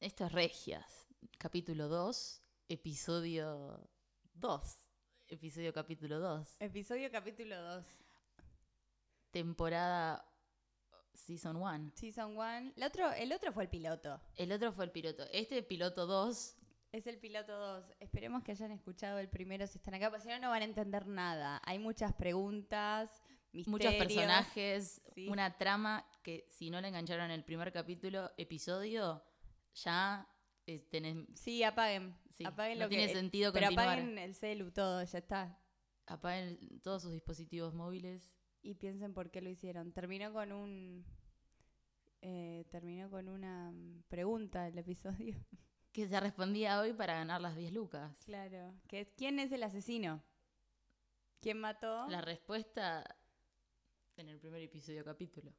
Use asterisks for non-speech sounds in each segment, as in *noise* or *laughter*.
Esto es Regias, capítulo 2, episodio 2. Episodio capítulo 2. Episodio capítulo 2, Temporada Season 1. Season 1. El otro, el otro fue el piloto. El otro fue el piloto. Este piloto 2, Es el piloto 2. Esperemos que hayan escuchado el primero si están acá, porque si no, no van a entender nada. Hay muchas preguntas, misterios. muchos personajes, Sí. una trama que si no la engancharon en el primer capítulo, episodio, ya eh, tenés... Sí, apaguen. Sí, apaguen no lo que- tiene sentido Pero continuar. apaguen el celu todo, ya está. Apaguen todos sus dispositivos móviles. Y piensen por qué lo hicieron. Terminó con un... eh, terminó con una mm, pregunta *laughs* el episodio. Que se respondía hoy para ganar las 10 lucas. Claro. Que es, ¿Quién es el asesino? ¿Quién mató? La respuesta en el primer episodio capítulo.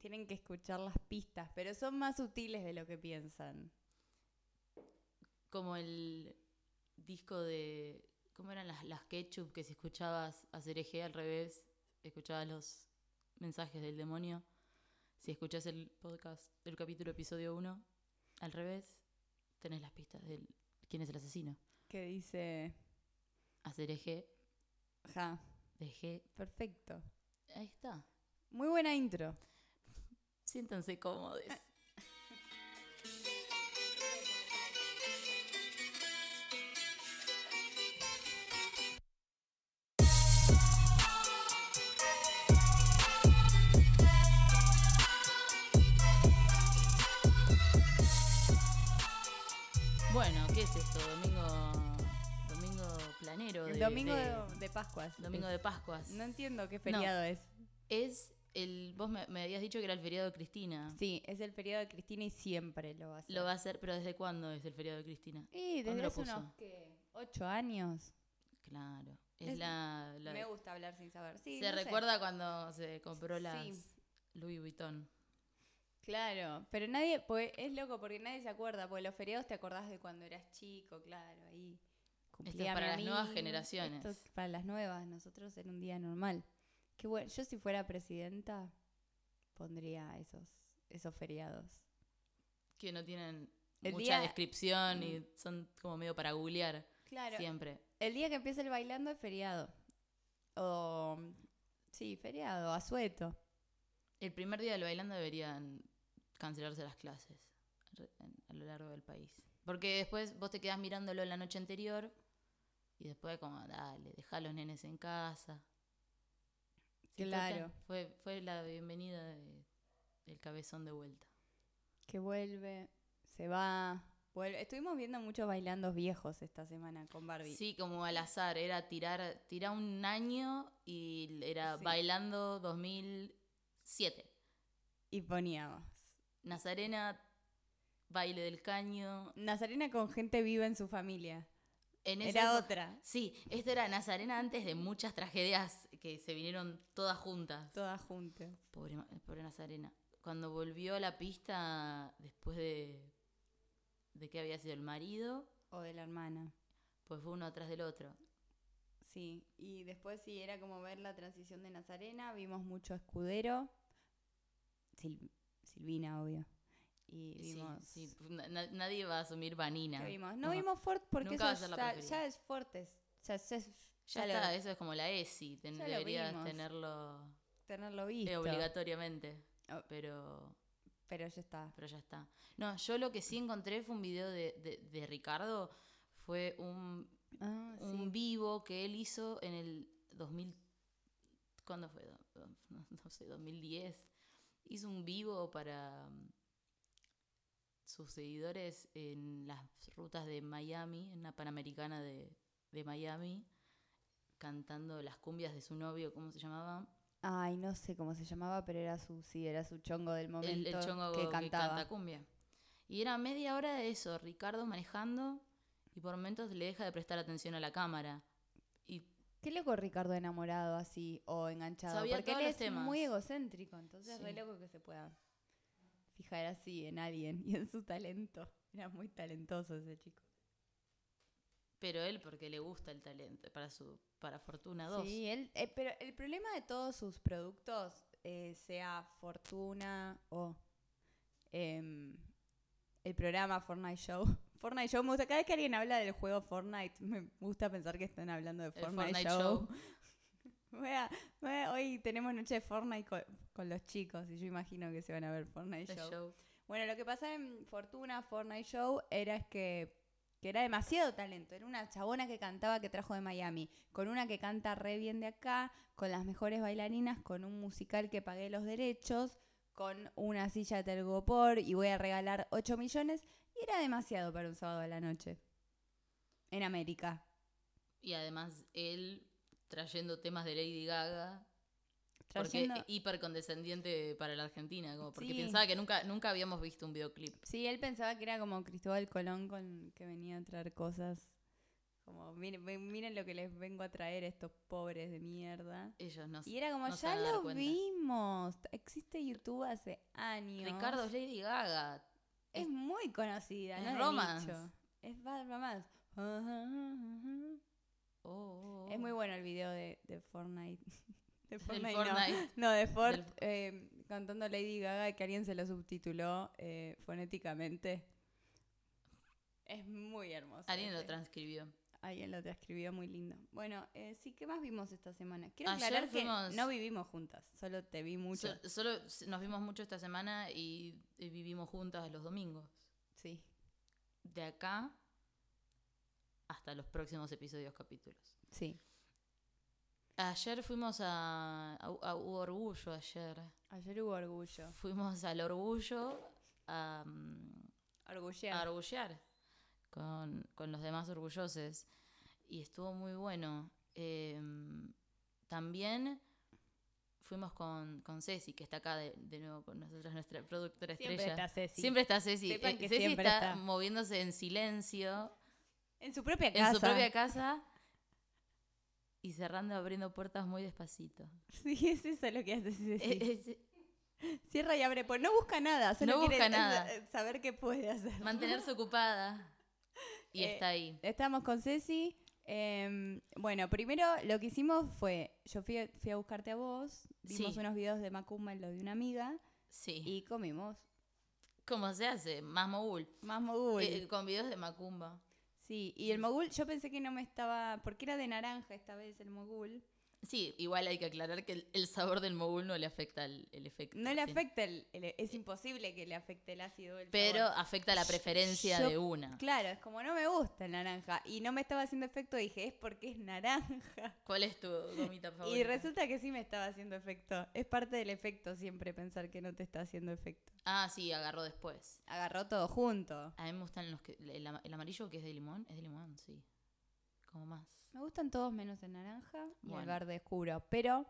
Tienen que escuchar las pistas, pero son más sutiles de lo que piensan. Como el disco de. ¿Cómo eran las, las ketchup que si escuchabas hacer eje al revés? Escuchabas los mensajes del demonio. Si escuchás el podcast, el capítulo episodio 1, al revés, tenés las pistas de quién es el asesino. Que dice, Hacer eje, ja, de eje. perfecto. Ahí está. Muy buena intro. Siéntanse cómodos. Bueno, ¿qué es esto? Domingo, domingo planero. El de- domingo de, de, Pascuas. domingo de Pascuas. No entiendo qué feriado es. Es el. Vos me, me habías dicho que era el feriado de Cristina. Sí, es el feriado de Cristina y siempre lo va a hacer. Lo va a hacer, pero ¿desde cuándo es el feriado de Cristina? Y ¿Cuándo desde lo hace puso? unos, ¿qué? ¿Ocho años? Claro. Es, Es- la. la- Me gusta hablar sin saber. Sí, se no sé. recuerda cuando se compró las Sí. Louis Vuitton. Claro, pero nadie, pues es loco porque nadie se acuerda, porque los feriados te acordás de cuando eras chico, claro, ahí. Esto es mi para las amigo, nuevas generaciones. Esto es para las nuevas, nosotros en un día normal. Qué bueno, yo si fuera presidenta pondría esos esos feriados. Que no tienen El mucha día- Mm. descripción y son como medio para googlear. Claro. Siempre. El día que empieza el bailando es feriado. O sí, feriado, asueto. El primer día del bailando deberían cancelarse las clases re- en- a lo largo del país. Porque después vos te quedás mirándolo la noche anterior y después como, dale, dejá a los nenes en casa. Sí, Claro. total, Fue, fue la bienvenida de- del cabezón de vuelta. Que vuelve, se va, vuelve. Estuvimos viendo muchos bailandos viejos esta semana con Barbie. Sí, como al azar, era tirar, tirar un año y era Sí. bailando 2007. Y poníamos Nazarena, baile del caño. Nazarena con gente viva en su familia. En esa Era época- otra, Sí, esto era Nazarena antes de muchas tragedias que se vinieron todas juntas. todas juntas. Pobre, ma- pobre Nazarena. Cuando volvió a la pista después de, de que había sido el marido, O de la hermana. pues fue uno atrás del otro. Sí, y después sí, era como ver la transición de Nazarena, vimos mucho Escudero, Sil- Silvina, obvio. Y Sí, vimos... sí, na- na- nadie va a asumir Vanina. ¿qué vimos? No vimos Fort porque Nunca va a eso ser la ya, preferida. ya es Fortes. Ya, ya es- Ya, ya lo- está, eso es como la ESI, ten- ya lo deberías vimos. tenerlo tenerlo eh, visto. obligatoriamente, Oh. pero, Pero ya está. pero ya está. No, yo lo que sí encontré fue un video de, de- de Ricardo, fue un, Ah, sí. un vivo que él hizo en el 2000, ¿cuándo fue? Do- do- No, sé, 2010. Hizo un vivo para mm, sus seguidores en las rutas de Miami, en la Panamericana de, de Miami, cantando las cumbias de su novio, ¿cómo se llamaba? Ay, no sé cómo se llamaba, pero era su, sí, era su chongo del momento El, el chongo que cantaba. canta cumbia. Y era media hora de eso, Ricardo manejando y por momentos le deja de prestar atención a la cámara. Y Qué loco Ricardo enamorado así o enganchado. Sabía porque todos él los es temas. muy egocéntrico, entonces Sí. re loco que se pueda fijar así en alguien y en su talento. Era muy talentoso ese chico. pero él porque le gusta el talento, para su para fortuna 2. Sí, él, eh, pero el problema de todos sus productos, eh, sea fortuna o em, el programa Fortnite Show. *laughs* Fortnite Show, me gusta, cada vez que alguien habla del juego Fortnite, me gusta pensar que están hablando de El Fortnite, Show. Voy a- voy a- hoy tenemos noche de Fortnite co- con, los chicos y yo imagino que se van a ver Fortnite el Show. este show. Bueno, lo que pasa en Fortuna Fortnite Show era es que, que era demasiado talento. Era una chabona que cantaba que trajo de Miami, con una que canta re bien de acá, con las mejores bailarinas, con un musical que pagué los derechos, con una silla de telgopor y voy a regalar 8 millones. Y era demasiado para un sábado a la noche. En América. Y además él trayendo temas de Lady Gaga. Trayendo- Porque hiper condescendiente para la Argentina, como porque Sí. pensaba que nunca, nunca habíamos visto un videoclip. Sí, él pensaba que era como Cristóbal Colón con que venía a traer cosas. Como, miren, ven- miren lo que les vengo a traer a estos pobres de mierda. Ellos no Y era como, no se ya van a dar lo cuenta". vimos. t- Existe YouTube hace años. Ricardo es Lady Gaga. es muy conocida, es ¿no? de romance. nicho. Es bad romance. Oh, oh, oh. Es muy bueno el video de, de Fortnite. *laughs* De Del Fortnite, no. *laughs* Fortnite. No, de Ford Del- eh, cantando Lady Gaga y que alguien se lo subtituló eh, fonéticamente. Es muy hermoso. Alguien lo ese. transcribió. Alguien lo transcribió muy lindo. Bueno, eh, sí, ¿qué más vimos esta semana? Quiero Ayer aclarar fuimos- que no vivimos juntas, solo te vi mucho. So- solo s- nos vimos mucho esta semana y, y vivimos juntas los domingos. Sí. De acá hasta los próximos episodios, capítulos. Sí. Ayer fuimos a, a, a Hubo Orgullo, ayer. Ayer hubo orgullo. Fuimos al Orgullo a, mm, a Orgullear. orgullar con, con los demás orgullosos y estuvo muy bueno. Em, también fuimos con, con Ceci, que está acá de, de nuevo con nosotros, nuestra productora Siempre estrella. está Ceci. Siempre está Ceci. Sepan Eh, que Ceci siempre está, está. moviéndose en silencio En su propia en casa. su *laughs* propia casa y cerrando, abriendo puertas muy despacito. Sí, es eso lo que hace *laughs* Ceci. Eh, eh, Cierra y abre, pues no busca nada. Solo No quiere busca eh, nada. eh, *laughs* saber qué puede hacer. mantenerse ocupada. Y Eh, está ahí. Estamos con Ceci. em, bueno, primero lo que hicimos fue, yo fui, a- fui a buscarte a vos, vimos Sí. unos videos de Macumba en lo de una amiga Sí. y comimos ¿Cómo se hace? Más mogul. más mogul. Eh, con videos de Macumba. sí, y el mogul, yo pensé que no me estaba, porque era de naranja esta vez el mogul. Sí, igual hay que aclarar que el, el sabor del mogul no le afecta el, el efecto. No le sí. afecta, el, el- es imposible que le afecte el ácido. del Pero sabor. afecta la preferencia Yo- de una. Claro, es como no me gusta el naranja y no me estaba haciendo efecto, dije, es porque es naranja. *laughs* ¿Cuál es tu gomita favorita? Y resulta que sí me estaba haciendo efecto. Es parte del efecto siempre pensar que no te está haciendo efecto. Ah, sí, agarró después. Agarró todo junto. A mí me gustan los que. El, ama- el amarillo que es de limón, es de limón, sí. Como más. Me gustan todos menos el naranja y el Bueno. verde oscuro, pero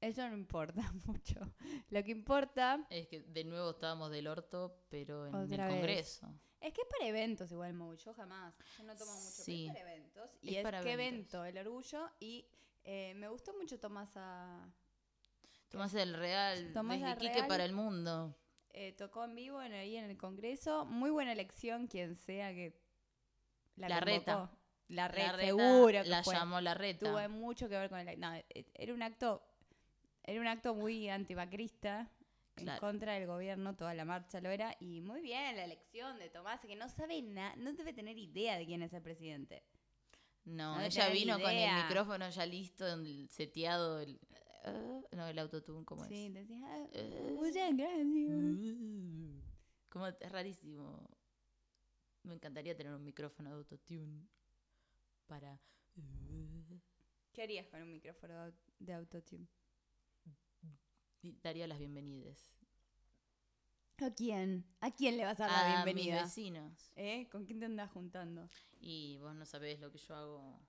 eso no importa *laughs* mucho. Lo que importa Es que de nuevo estábamos del orto, pero en Otra el vez. Congreso. es que es para eventos igual, Mou. Yo jamás. Yo no tomo mucho, Sí. pero es para eventos. Y Es es, para qué eventos. evento, el orgullo. Y eh, me gustó mucho Tomás a... Tomás del Real, Tomás desde del Quique Real. para el mundo. eh, tocó en vivo en, ahí en el Congreso. Muy buena elección, quien sea que La convocó. reta. La red, La Reta seguro que la fue. llamó la reta. tuvo mucho que ver con el no, e- era un acto era un acto muy antimacrista Claro. en contra del gobierno toda la marcha lo era y muy bien la elección de Tomás que no sabe nada no debe tener idea de quién es el presidente No, No ella tenés vino con el idea. micrófono ya listo, el seteado, el, eh, no, el autotune, ¿cómo sí es? decía "Ah, Eh. muchas gracias Uh, Como es rarísimo. Me encantaría tener un micrófono de autotune para... uh, qué harías con un micrófono de au- de autotune y daría las bienvenidas. a quién a quién le vas a dar la bienvenida mis vecinos. ¿Eh? con quién te andás juntando *laughs* Y vos no sabés lo que yo hago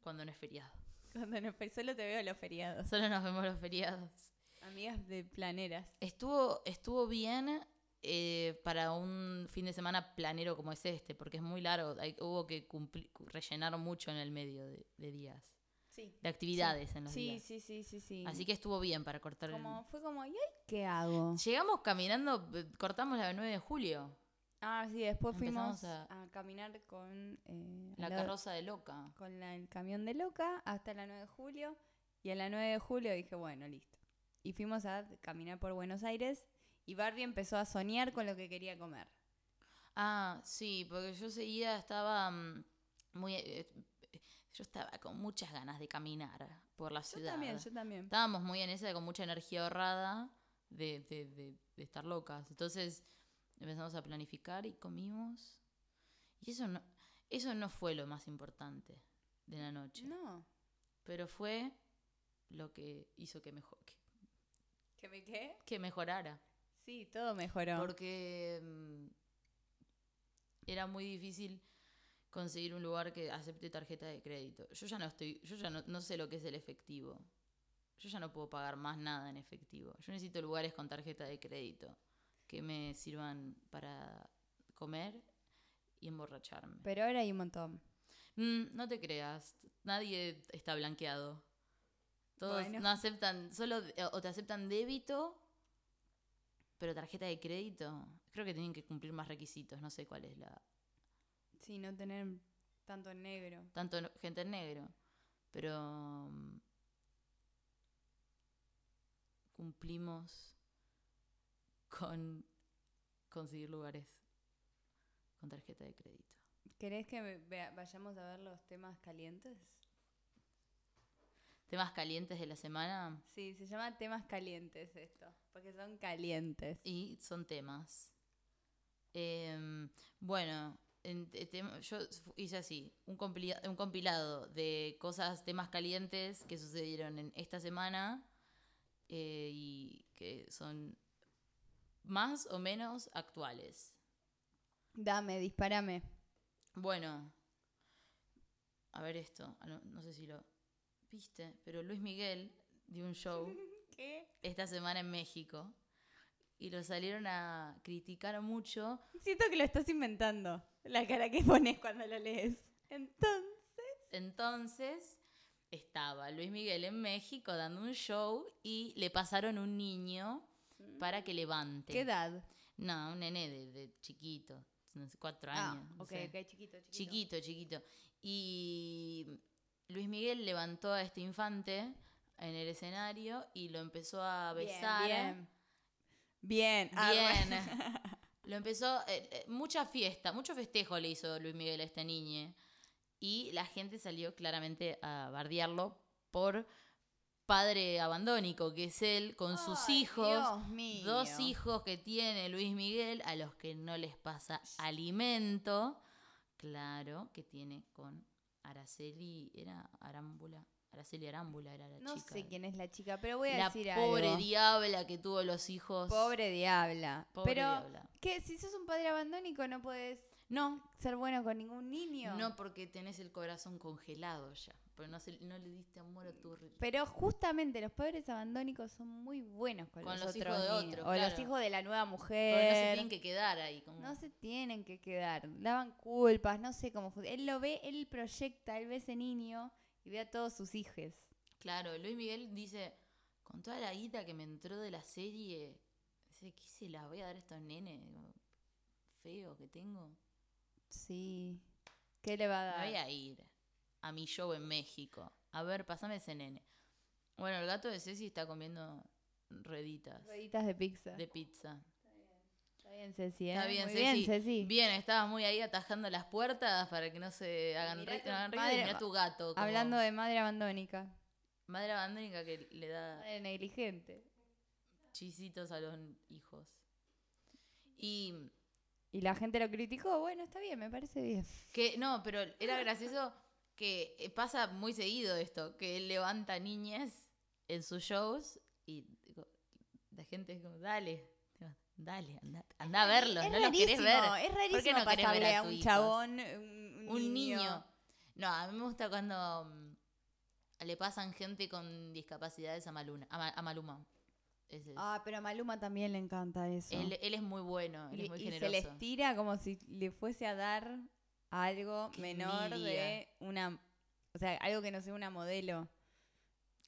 cuando no es feriado. cuando no fe- solo te veo los feriados Solo nos vemos los feriados. amigas de planeras Estuvo, estuvo bien eh, para un fin de semana planero como es este, porque es muy largo. hay- hubo que cumpli- cu- rellenar mucho en el medio de, de días, sí de actividades en los sí, días. sí sí sí sí Así que estuvo bien para cortar. el- como fue como y hoy qué hago Llegamos caminando, eh, cortamos la 9 de julio, Ah, sí, después Empezamos fuimos a, caminar con, eh, la al lado- carroza de loca. con la- el camión de Loca hasta la 9 de julio. Y en la 9 de julio dije, bueno, listo. Y fuimos a caminar por Buenos Aires y Barbie empezó a soñar con lo que quería comer. Ah, sí, porque yo seguía, estaba mm, muy... eh, yo estaba con muchas ganas de caminar por la Yo ciudad. también, yo también. Estábamos muy en esa, de con mucha energía ahorrada de, de- de- de estar locas. Entonces empezamos a planificar y comimos. Y eso no, eso no fue lo más importante de la noche. No, Pero fue lo que hizo que, mejo- que, que me quedé. que mejorara. Sí, todo mejoró. Porque mm, era muy difícil conseguir un lugar que acepte tarjeta de crédito. Yo ya no estoy, yo ya no, no sé lo que es el efectivo. Yo ya no puedo pagar más nada en efectivo. Yo necesito lugares con tarjeta de crédito que me sirvan para comer y emborracharme. Pero ahora hay un montón. Mm, no te creas, nadie está blanqueado. Todos Bueno. no aceptan, solo o te aceptan débito, pero tarjeta de crédito. Creo que tienen que cumplir más requisitos, no sé cuál es la. Sí, no tener tanto en negro. Tanto no- gente en negro, pero mm, cumplimos con conseguir lugares con tarjeta de crédito. ¿Querés que ve- vea- vayamos a ver los temas calientes? Temas calientes de la semana Sí, se llama temas calientes esto, porque son calientes. Y son temas. Em, bueno, en- te- tem- yo fu- hice así, un, compila- un compilado de cosas, temas calientes que sucedieron en esta semana eh, y que son más o menos actuales. Dame, dispárame. Bueno, a ver esto, ah, no, no sé si lo viste, pero Luis Miguel dio un show ¿Qué? esta semana en México y lo salieron a criticar mucho Siento que lo estás inventando, la cara que pones cuando lo lees. Entonces, Entonces estaba Luis Miguel en México dando un show y le pasaron un niño para que levante. Mm. ¿qué edad? No, un nene de, de chiquito, no sé, cuatro años. no Ah, ok, sé. ok, chiquito, chiquito. Chiquito, chiquito. Y Luis Miguel levantó a este infante en el escenario y lo empezó a Bien, besar. ¿eh? Bien. Bien. ah, Bien. bueno. *laughs* Lo empezó. eh, eh, mucha fiesta, mucho festejo le hizo Luis Miguel a este niño. Y la gente salió claramente a bardearlo por padre abandónico, que es él, con sus Ay, hijos. Dios mío. Dos hijos que tiene Luis Miguel, a los que no les pasa alimento. Claro, que tiene con Araceli. ¿Era Arámbula? Araceli Arámbula era la No chica. sé quién es la chica, pero voy a La decir pobre algo. diabla que tuvo los hijos. Pobre diabla. Pobre pero diabla. que si sos un padre abandónico no puedes No, ser bueno con ningún niño. No, porque tenés el corazón congelado ya. Pero no, se- no le diste amor a tu. re- Pero justamente los padres abandónicos son muy buenos con, Con los, los hijos otros de niños. otros, O los claro. hijos de la nueva Pero no se mujer. tienen que quedar ahí. Como... No se tienen que quedar. Daban culpas, no sé cómo. fu- Él lo ve, él proyecta, él ve ese niño y ve a todos sus hijos. Claro, Luis Miguel dice: Con toda la guita que me entró de la serie, dice, ¿qué se las voy a dar a estos nenes? Como, Feo que tengo. Sí. ¿Qué le va a Me dar? voy a ir a mi show en México. A ver, pasame ese nene. Bueno, el gato de Ceci está comiendo reditas Rueditas de pizza. de pizza. Está bien, Ceci. ¿eh? Está bien, Muy Ceci. bien, Ceci. Bien, estabas muy ahí atajando las puertas para que no se hagan Mirá ruido. tu no hagan ruido y madre- mirá tu gato. como- Hablando de madre abandónica. Madre abandónica que le da Madre negligente. chisitos a los hijos. Y Y la gente lo criticó. Bueno, está bien, me parece bien. que, no, pero era gracioso que eh, pasa muy seguido esto, que él levanta niñas en sus shows y digo, la gente es como, dale, dale, anda, anda a verlos, es no los rarísimo, querés ver. Es rarísimo no querés ver pasarle a a, tu un hijo? chabón, un, Un niño. No, a mí me gusta cuando mm, le pasan gente con discapacidades a, Maluna, a, Ma- a Maluma. Ese es. Ah, pero a Maluma también le encanta eso. él, él es muy bueno, él y, es muy y generoso. se les tira como si le fuese a dar algo Qué menor envidia. de una. O sea, algo que no sea una modelo.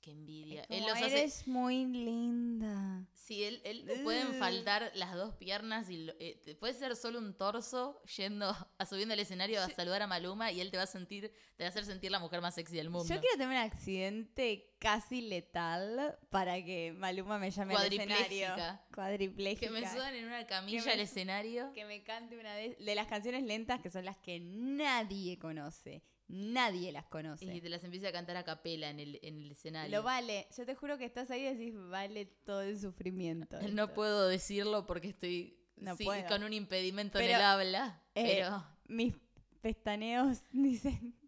Qué envidia. Es como, él los hace- eres muy linda. Sí, él, él Ugh. pueden faltar las dos piernas y lo- eh, te- puede ser solo un torso yendo a subiendo al escenario a saludar a Maluma y él te va a sentir, te va a hacer sentir la mujer más sexy del mundo. Yo quiero tener un accidente casi letal para que Maluma me llame al escenario. Cuadripléjica. Cuadripléjica. que me suban en una camilla al su- escenario. Que me cante una vez. De las canciones lentas que son las que nadie conoce. Nadie las conoce. Y te las empiece a cantar a capela en el, en el escenario. Lo vale. Yo te juro que estás ahí y decís, vale todo el sufrimiento. *laughs* No esto. puedo decirlo porque estoy No sí, puedo. con un impedimento en Pero, el habla. eh, pero Mis pestaneos *laughs* dicen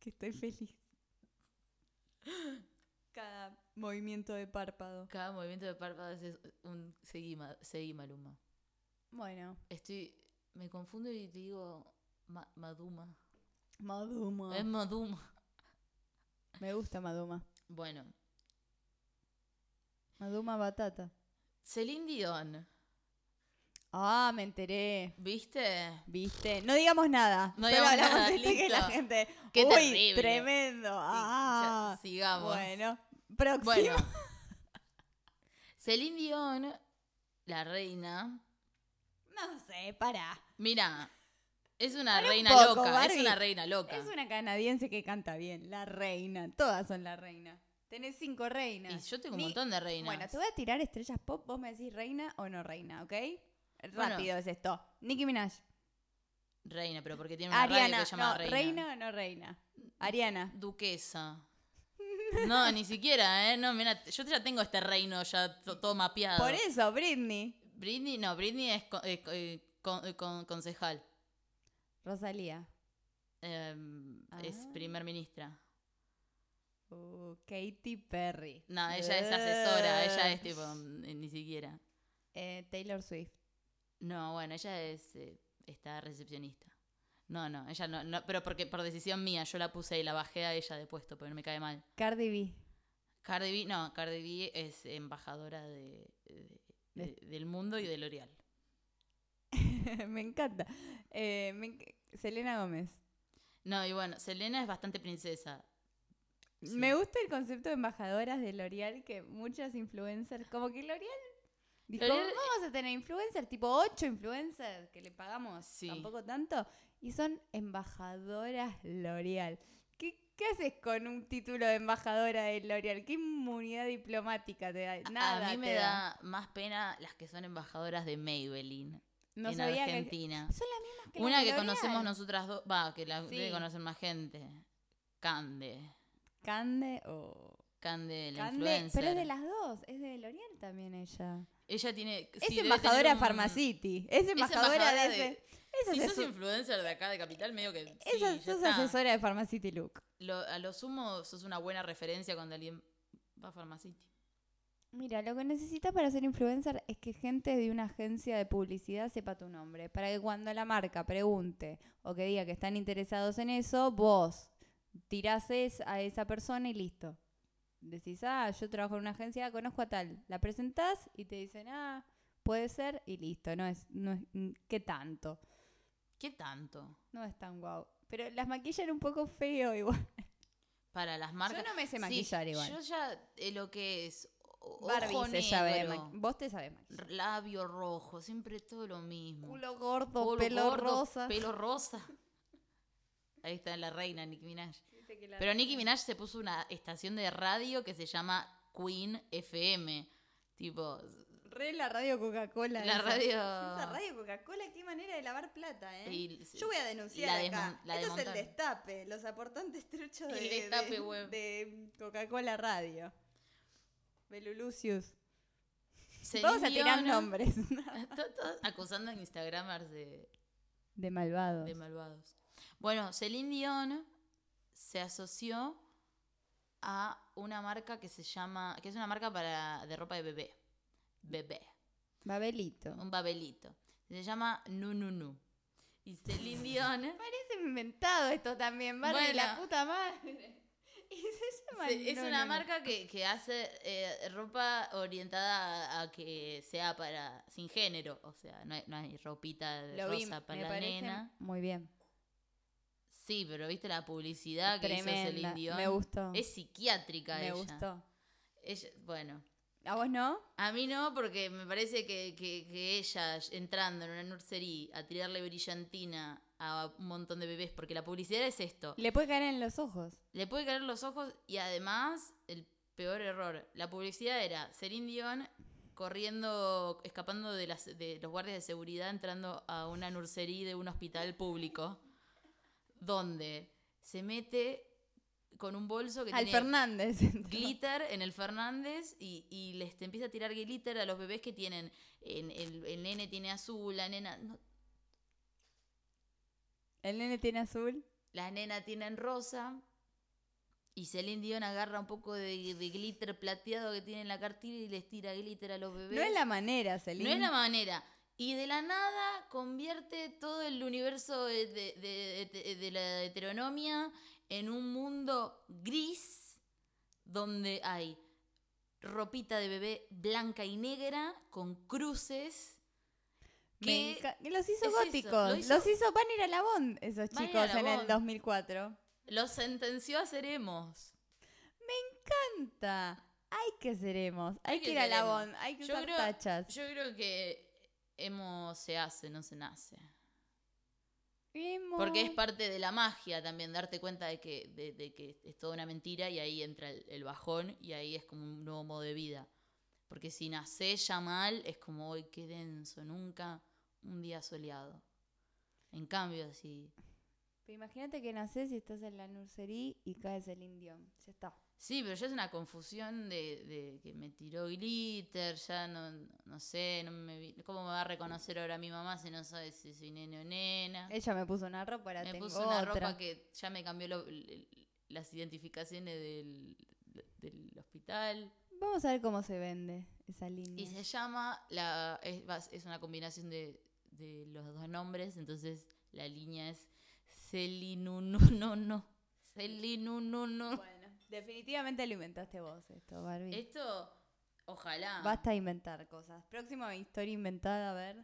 que estoy feliz. Cada movimiento de párpado. cada movimiento de párpados es un seguí, Ma- seguí, Maluma. Bueno, Estoy, me confundo y te digo Ma- Maduma. Maduma. Es Maduma. Me gusta Maduma. Bueno, Maduma Batata. Celine Dion, Ah, me enteré. ¿viste? ¿Viste? No digamos nada. No Solo digamos hablamos nada, de esto y que la listo. gente. Qué Uy, terrible". tremendo. Ah, Sí, ya, sigamos. bueno, próximo. Bueno. *laughs* Celine Dion, la reina. *laughs* No sé, pará. Mira, es una un reina poco, loca. Barbie. Es una reina loca. Es una canadiense que canta bien. La reina. Todas son la reina. Tenés cinco reinas. Y yo tengo un Ni- montón de reinas. Bueno, te voy a tirar estrellas pop. Vos me decís reina o no reina, ¿ok? Rápido es esto. Nicki Minaj. Reina, pero porque tiene una radio Ariana. que se llama no, reina. reina o no reina. Ariana. Duquesa. No, ni siquiera, ¿eh? No, mira, yo ya tengo este reino ya to- todo mapeado. Por e- eso, Britney. Britney, no, Britney es co- eh, co- eh, con- eh, con- concejal. Rosalía. Eh, Es Ah. primer ministra. Uh, Katy Perry. No, ella es asesora, ella Eh. es tipo, mm, eh, ni siquiera. Eh, Taylor Swift. No, bueno, ella es, eh, está recepcionista. No, no, ella no, no, pero porque por decisión mía, yo la puse y la bajé a ella de puesto, pero no me cae mal. Cardi B. *laughs* Cardi B, no, Cardi B es embajadora de, de- De- de- del mundo y de L'Oreal. me encanta. Eh, me enc- Selena Gómez. No, y bueno, Selena es bastante princesa. Sí. Me gusta el concepto de embajadoras de L'Oreal que muchas influencers, como que L'Oreal dijo, L'Oreal- vamos a tener influencers, tipo 8 influencers que le pagamos Sí. tampoco tanto, y son embajadoras L'Oreal. ¿Qué, qué haces con un título de embajadora de L'Oreal? ¿Qué inmunidad diplomática te da? A- Nada. a mí me te da. más pena las que son embajadoras de Maybelline No en sabía que- Argentina. Son las mismas *laughs* que las Una de que L'Oreal. conocemos nosotras dos, va, que la Sí. debe conocer más gente. Cande. Cande o... Cande, la Cande, influencer. pero es de las dos, es de L'Oreal también ella. Ella tiene. Es sí, debe embajadora tener de un- Farmacity. Es embajadora, embajadora de, de- ese- esa Si es sos su- influencer de acá, de Capital, medio que. sí, esa- ya sos está. asesora de Farmacity Look. Lo- a lo sumo, sos una buena referencia cuando alguien va a Farmacity. Mira, lo que necesitas para ser influencer es que gente de una agencia de publicidad sepa tu nombre. Para que cuando la marca pregunte o que diga que están interesados en eso, vos tirás es- a esa persona y listo. Decís, ah, yo trabajo en una agencia, conozco a tal. La presentás y te dicen, ah, puede ser y listo. No es, no es, mm, ¿qué tanto? ¿Qué tanto? No es tan guau. Pero las maquillan un poco feo igual. Para las marcas. Yo no me sé Sí, maquillar igual. Yo ya eh, lo que es. o- Barbie ojo se sabe negro, maqui- Vos te sabes maquillar. r- labio rojo, siempre todo lo mismo. Culo gordo, Polo pelo gordo, rosa. Pelo rosa. *laughs* Ahí está la reina Nicki Minaj. Pero Nicki Minaj se puso una estación de radio que se llama Queen FM. Tipo, Re la radio Coca-Cola. la esa. Esa radio. radio Coca-Cola, qué manera de lavar plata, ¿eh? y- Yo voy a denunciar la acá. desmon- la Esto es el desmontaron. destape, los aportantes truchos El de, destape, de- huevo. de Coca-Cola Radio. Belulucius. Celine Vamos a tirar Dion, nombres. *laughs* to- Todos acusando a Instagramers de, De malvados. de malvados. Bueno, Celine Dion se asoció a una marca que se llama, que es una marca para de ropa de bebé. Bebé. Babelito. un babelito. Se llama Nu Nu Nu. Y Celine *laughs* Dion Parece inventado esto también, Barbie, Bueno. la puta madre. *laughs* Y se llama se- es No, una no, no. marca que, que hace eh, ropa orientada a, a que sea para sin género. O sea, no hay, no hay ropita de Lo vi, rosa para me la parece nena. Muy bien. Sí, pero viste la publicidad Ah, que hizo Celine Tremenda. Dion. Me gustó. Es psiquiátrica Me ella. gustó. Ella, bueno, ¿A vos no? a mí no, porque me parece que, que- que ella entrando en una nursería a tirarle brillantina a un montón de bebés, porque la publicidad es esto. Le puede caer en los ojos. Le puede caer los ojos y además, el peor error, la publicidad era Celine Dion corriendo, escapando de, las, de los guardias de seguridad, entrando a una nursería de un hospital público, donde se mete con un bolso que Al tiene Fernández. *laughs* glitter en el Fernández y, y les te empieza a tirar glitter a los bebés que tienen, en- el, el nene tiene azul, la nena... no, El nene tiene azul. Las nenas tienen rosa. Y Celine Dion agarra un poco de, de glitter plateado que tiene en la cartilla y les tira glitter a los bebés. No es la manera, Celine. No es la manera. Y de la nada convierte todo el universo de, de- de- de- de la heteronomia en un mundo gris donde hay ropita de bebé blanca y negra con cruces. Me que- enca- que los hizo es eso, góticos. lo hizo- Los hizo Van a ir a la Bond, esos Van a ir a chicos, la en el Bond. 2004. Los sentenció a Seremos. Canta. Hay que seremos. Hay, Hay que, que ir a la seremos. Bond. Hay que Yo usar creo- tachas. Yo creo que emo se hace, no se nace. Emo. Porque es parte de la magia también, darte cuenta de que, de, de que es toda una mentira y ahí entra el, el bajón y ahí es como un nuevo modo de vida. Porque si nacé ya mal, es como hoy qué denso, nunca un día soleado. En cambio, si. Pero Imagínate que nacés y estás en la nursería y caes el indio. Ya está. Sí, pero ya es una confusión de, de que me tiró glitter, ya no, no sé, no me vi- ¿cómo me va a reconocer ahora mi mamá si no sabe si soy nene o nena? Ella me puso una ropa, ahora Me tengo puso una otra. ropa que ya me cambió lo- l- l- las identificaciones del, del hospital. Vamos a ver cómo se vende esa línea. Y se llama, la es, va- es una combinación de, de los dos nombres, entonces la línea es Celinununo. Celinununo. Bueno, definitivamente lo inventaste vos esto, Barbie. Esto, ojalá. Basta de inventar cosas. Próxima historia inventada, a ver.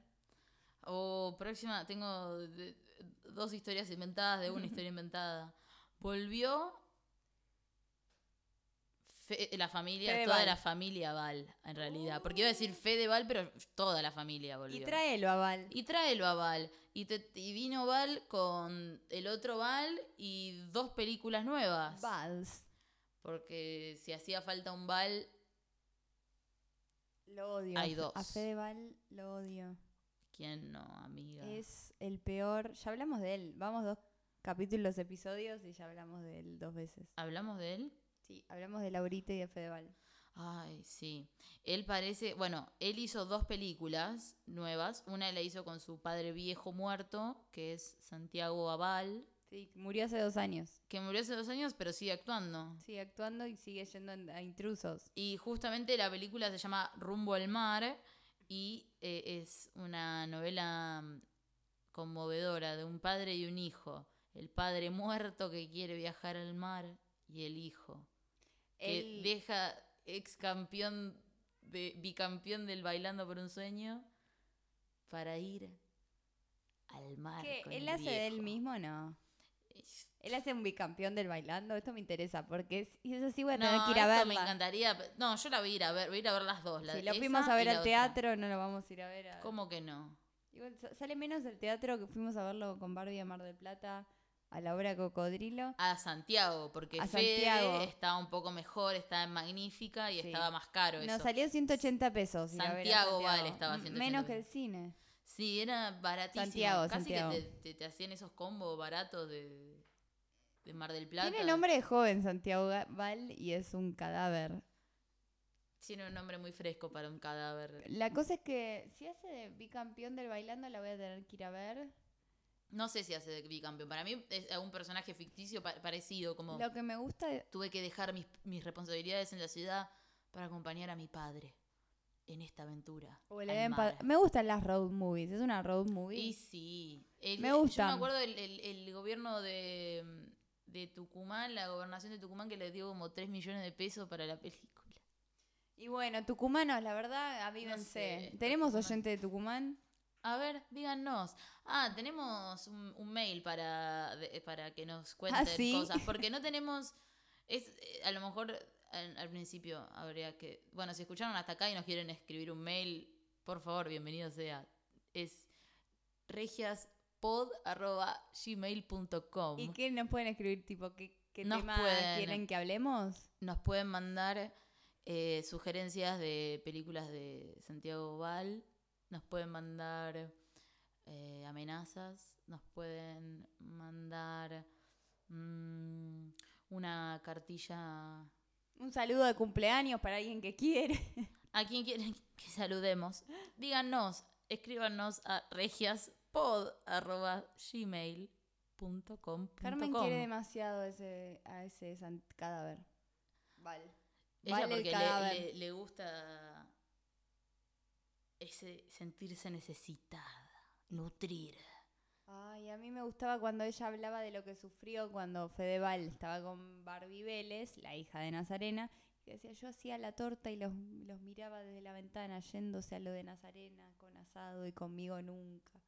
O próxima, tengo de- dos historias inventadas de *laughs* una historia inventada. Volvió Fe- la familia, Fede toda Val. Oh. la familia Val, en realidad. Porque iba a decir Fede Val, pero toda la familia volvió. Y tráelo a Val. Y tráelo a Val. Y, te- y vino Val con el otro Val y dos películas nuevas. Vals. Porque si hacía falta un Val, Lo odio. Hay dos. A Fede Val lo odio. ¿quién no, amiga? Es el peor. Ya hablamos de él. Vamos dos capítulos, episodios y ya hablamos de él dos veces. ¿Hablamos de él? Sí, hablamos de Laurita y de Fede Val. Ay, sí. Él parece, bueno, él hizo dos películas nuevas. Una la hizo con su padre viejo muerto, que es Santiago Abal, Sí, murió hace dos años. que murió hace dos años, pero sigue actuando. Sigue actuando y sigue yendo en- a intrusos. Y justamente la película se llama Rumbo al Mar y eh, es una novela mm, conmovedora de un padre y un hijo. El padre muerto que quiere viajar al mar y el hijo que Él- deja ex campeón de bicampeón del bailando por un sueño para ir al mar. ¿Qué? con ¿Él el hace de él viejo. mismo o no? Es- Él hace un bicampeón del bailando. Esto me interesa porque si es así voy a No, tener que ir a esto verla. me encantaría. pe- No, yo la voy a ir a ver, voy a ir a ver las dos. La Si lo esa fuimos a ver y la al otra. teatro, no lo vamos a ir a ver. a- ¿Cómo que no? Igual sa- sale menos el teatro que fuimos a verlo con Barbie a Mar del Plata, a la obra Cocodrilo. A Santiago, porque A Fede Santiago. estaba un poco mejor, estaba en Magnífica y Sí. estaba más caro Nos eso. salió 180 pesos. ir a ver a Santiago, vale, estaba Mm, 180 Menos que el pesos. cine. Sí, era baratísimo. Santiago, Casi Santiago. que te, te- te hacían esos combos baratos de, de Mar del Plata. Tiene nombre de joven Santiago Ga- Val y es un cadáver. Tiene un nombre muy fresco para un cadáver. La cosa es que si hace de bicampeón del bailando, la voy a tener que ir a ver. No sé si hace de bicampeón. Para mí es un personaje ficticio pa- parecido, como Lo que me gusta de- tuve que dejar mis, mis responsabilidades en la ciudad para acompañar a mi padre en esta aventura. o le al den pa- mar. Me gustan las road movies. Es una road movie. Y sí. El- Me Yo gustan. me acuerdo el, el- el gobierno de, de Tucumán, la gobernación de Tucumán, que le dio como 3 millones de pesos para la película. Y bueno, tucumanos, la verdad, avívense. sé, ¿Tenemos Tucumán. oyente de Tucumán? A ver, díganos. Ah, tenemos un, un mail para, de- para que nos cuenten Ah, sí? *laughs* cosas. Porque no tenemos. Es, eh, a lo mejor al, al principio habría que. Bueno, si escucharon hasta acá y nos quieren escribir un mail, por favor, bienvenido sea. Es regiaspod.gmail.com. ¿Y qué nos pueden escribir? Tipo, ¿qué, qué Nos tema pueden- quieren que hablemos? Nos pueden mandar eh, sugerencias de películas de Santiago Val, nos pueden mandar eh, amenazas, nos pueden mandar mm, una cartilla Un saludo de cumpleaños para alguien que quiere. *laughs* a quien quieren que saludemos. Díganos, escríbanos a regiaspod.gmail.com. Carmen quiere demasiado ese, a ese san- cadáver. Vale. Ella Vale el porque le- cadáver. le, le gusta ese sentirse necesitada, nutrir. Ay, a mí me gustaba cuando ella hablaba de lo que sufrió cuando Fedeval estaba con Barbie Vélez, la hija de Nazarena, que decía, yo hacía la torta y los, los miraba desde la ventana yéndose a lo de Nazarena con asado y conmigo nunca.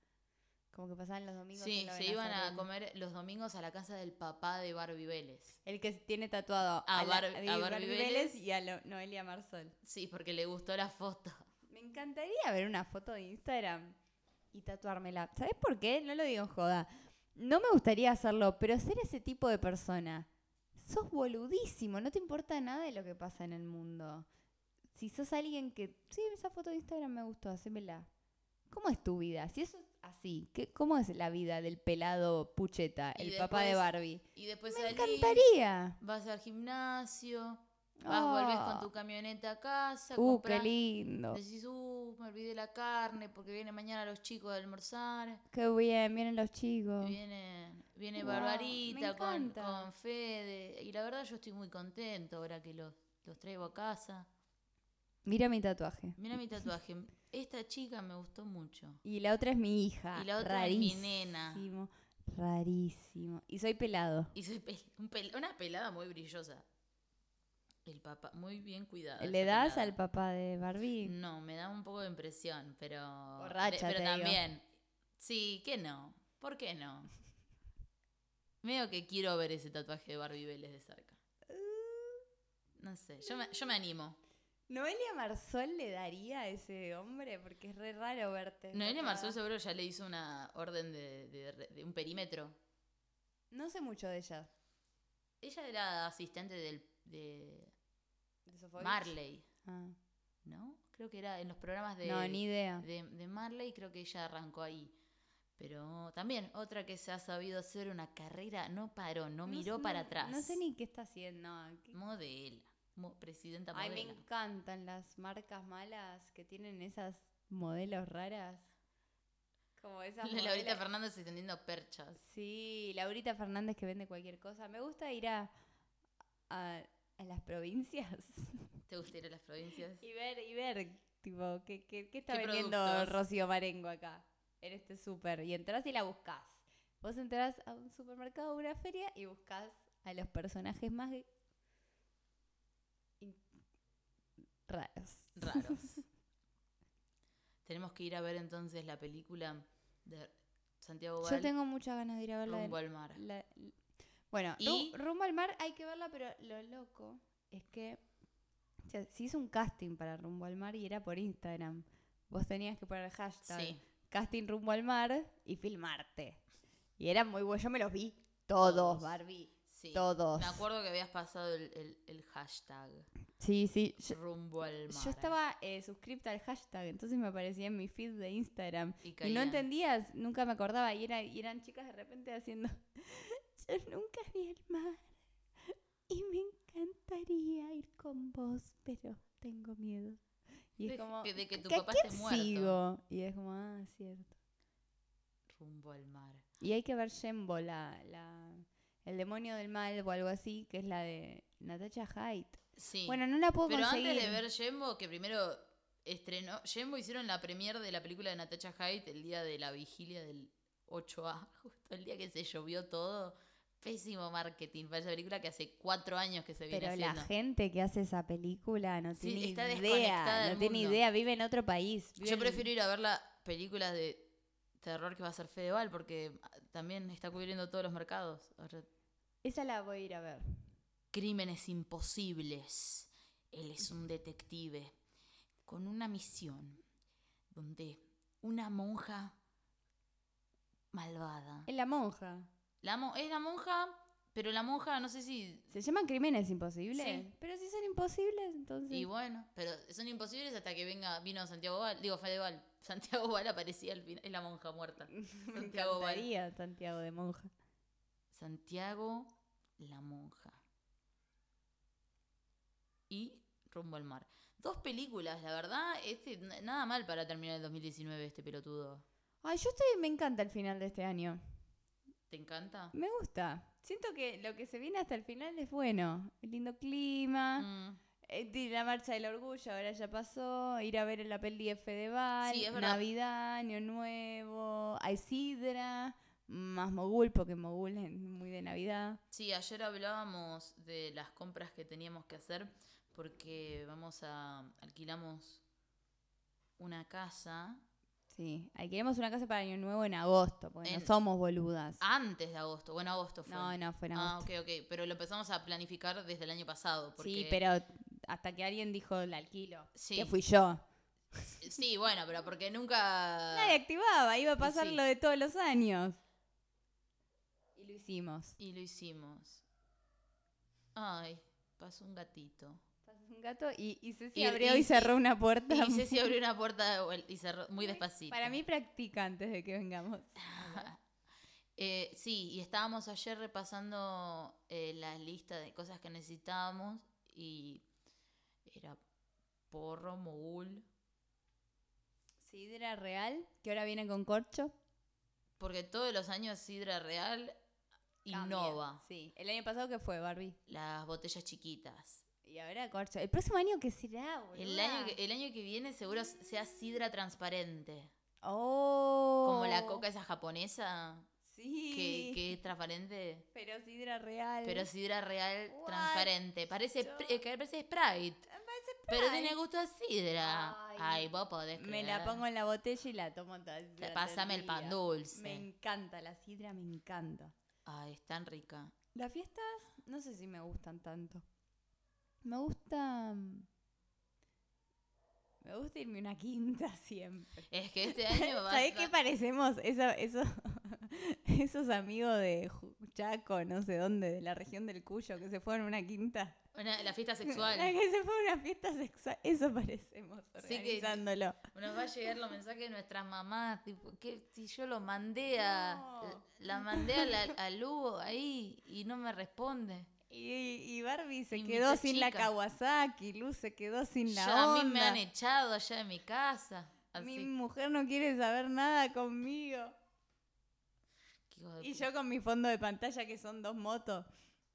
Como que pasaban los domingos. en Sí, lo de se iban a Nazarena. comer los domingos a la casa del papá de Barbie Vélez. El que tiene tatuado A a, la- Bar- a a Barbie Barbie Vélez. Vélez y a lo- Noelia Marsol. Sí, porque le gustó la foto. Me encantaría ver una foto de Instagram y tatuármela. ¿Sabes por qué? No lo digo en joda. No me gustaría hacerlo, pero ser ese tipo de persona. Sos boludísimo, no te importa nada de lo que pasa en el mundo. Si sos alguien que. Sí, esa foto de Instagram me gustó, hacémela. ¿Cómo es tu vida? Si eso es así, ¿qué, ¿cómo es la vida del pelado Pucheta, Y el papá de después Barbie? Y después Me salís, encantaría. Ah. vas al gimnasio, vas, volvés con tu camioneta a casa, Uh, qué comprás, lindo. decís, uh, me olvidé la carne porque vienen mañana los chicos a almorzar. Qué bien, vienen los Y chicos. Viene, viene Guau, me Barbarita con, encanta. con Fede. Y la verdad yo estoy muy contento ahora que los, los traigo a casa. Mira mi tatuaje. Mira mi tatuaje. *laughs* Esta chica me gustó mucho. Y la otra es mi hija. Y la otra es mi rarísimo, nena. Rarísimo. Y soy pelado. Y soy pel- un pel- una pelada muy brillosa. El papá, muy bien cuidado. ¿Le das al papá de Barbie? No, me da un poco de impresión, pero... Borracha, pero te digo. también. Sí, ¿qué no? ¿Por qué no? Veo que quiero ver ese tatuaje de Barbie Vélez de cerca. Uh. No sé, yo me, yo me animo. ¿Noelia Marsol le daría a ese hombre? Porque es re raro verte. Noelia tatuada. Marzul seguro ya le hizo una orden de, de re- de un perímetro. No sé mucho de ella. Ella era asistente del, de ¿De Sofovich? Marley, Ah. ¿no? Creo que era en los programas de, no, ni idea. de, de Marley, creo que ella arrancó ahí. Pero también otra que se ha sabido hacer una carrera, no paró, no, sé- miró para atrás. No sé ni qué está haciendo. no, qué- Modela, mo- presidenta Ay, me modela. encantan las marcas malas que tienen esas modelos raras. Como esas *laughs* La Laurita modelos- Fernández extendiendo perchas. Sí, Laurita Fernández que vende cualquier cosa. Me gusta ir a, a, a las provincias *laughs* ¿Te gusta ir a las provincias? y ver, y ver, tipo, qué, qué- qué está ¿Qué vendiendo productos? Rocío Marengo acá, en este súper. Y entras y la buscas. Vos entras a un supermercado o una feria y buscas a los personajes más ge- in- raros. raros. *laughs* Tenemos que ir a ver entonces la película de Santiago Yo Val, tengo muchas ganas de ir a verla. de- Rumbo al Mar. La- l- bueno, Ru- Y- Rumbo al Mar hay que verla, pero lo loco es que o sea, se hizo un casting para Rumbo al Mar y era por Instagram. Vos tenías que poner hashtag Sí, casting Rumbo al Mar y filmarte. Y era muy bueno, yo me los vi todos, Todos. Barbie, sí. todos. Me acuerdo que habías pasado el, el- el hashtag Sí, sí. Yo, rumbo al mar. yo estaba eh, suscripta al hashtag, entonces me aparecía en mi feed de Instagram. y, Y no caían. entendías, nunca me acordaba. Y, era, y eran chicas de repente haciendo. *laughs* Yo nunca vi el mar. Y me encantaría ir con vos, pero tengo miedo. Y De- es como. que- de que tu "¿Que a papá quién esté muerto". sigo? Y es como, ah, cierto. Rumbo al mar. Y hay que ver Jembo, la, la, el demonio del mal o algo así, que es la de Natasha Haidt. Sí. Bueno, no la puedo Pero conseguir. antes de ver Jembo, que primero estrenó. Jembo hicieron la premier de la película de Natasha Haidt el día de la vigilia del 8A, *laughs* justo el día que se llovió todo. Pésimo marketing para esa película que hace cuatro años que se viene Pero la haciendo. gente que hace esa película no Sí, tiene está desconectada idea, del no tiene mundo. idea, vive en otro país. vive Yo en- prefiero ir a ver las películas de terror que va a hacer Fedeval porque ah, también está cubriendo todos los mercados. Ahora, Esa la voy a ir a ver. crímenes imposibles. Él es un detective con una misión donde una monja malvada. Es la monja. La mo- es la monja, pero la monja, no sé si. ¿Se llaman crímenes imposibles? Sí. Pero si son imposibles, entonces. Y bueno, pero son imposibles hasta que venga, vino Santiago Val, *laughs* digo Fedeval. Santiago Val aparecía al final, es la monja muerta. *laughs* Me Santiago Val. encantaría Santiago de monja. Santiago, la monja. Y Rumbo al Mar. Dos películas, la verdad, este, n- nada mal para terminar el 2019 este pelotudo. Ay, yo estoy, me encanta el final de este año. ¿Te encanta? Me gusta. Siento que lo que se viene hasta el final es bueno. El lindo clima, Mm. eh, di- la marcha del orgullo, ahora ya pasó, ir a ver la peli de Fedeval, Sí, es verdad. Navidad, Año Nuevo, hay sidra, más mogul, porque mogul es muy de Navidad. Sí, ayer hablábamos de las compras que teníamos que hacer porque vamos a alquilamos una casa Sí, alquilamos una casa para Año Nuevo en agosto, porque En- no somos boludas. antes de agosto. Bueno, agosto fue. no, no, fue en Ah, agosto. ok, ok. Pero lo empezamos a planificar desde el año pasado. Porque... sí, pero hasta que alguien dijo el alquilo, Sí. que fui yo. Sí, bueno, pero porque nunca. Nadie activaba, iba a pasar sí. lo de todos los años. Y lo hicimos. Y lo hicimos. Ay, pasó un *laughs* gatito. Pasó un gato y, y Ceci Y- abrió y, y- cerró una puerta. Y Ceci abrió una puerta y cerró muy despacito. Para mí practica antes de que vengamos. Eh, sí, y estábamos ayer repasando eh, la lista de cosas que necesitábamos y era porro, mogul, Sidra real, que ahora viene con corcho. porque todos los años Sidra Real innova Cambia. Sí. El año pasado que fue, Barbie. las botellas chiquitas. Y ahora corcho. El próximo año que será, boluda? El año, que, el año que viene seguro sea Sidra transparente, Oh. como la coca esa japonesa Sí. que, que es transparente. Pero sidra real. Pero sidra real What? transparente. Parece, Yo- pr- eh, que parece Sprite. Pero tiene gusto a sidra. Ay. Ay, vos podés Me creer. la pongo en la botella y la tomo toda. durante Pásame el pan día. dulce. Me encanta, la sidra me encanta. Ay, es tan rica. Las fiestas, no sé si me gustan tanto. Me gusta. mm, Me gusta irme a una quinta *laughs* siempre. Es que este *laughs* año va ¿Sabés qué parecemos? Eso, eso- *laughs* esos amigos de Ju- Chaco, no sé dónde, de la región del Cuyo, que se fueron a una quinta. una- la fiesta *laughs* La sexual. que se fue a una fiesta sexual. Eso parecemos, Sí que- organizándolo. Nos va a llegar los mensajes de nuestras mamás. Tipo, ¿qué? Si yo lo mandé a. No. La mandé a, la, a Lugo ahí y no me responde. Y, y Barbie se Y mi quedó otra sin la chica. Kawasaki, Luz se quedó sin la Ya a mí me Honda. han echado allá de mi casa. Así Mi mujer no quiere saber nada conmigo. que, hijo de Y pu- yo con mi fondo de pantalla que son dos motos.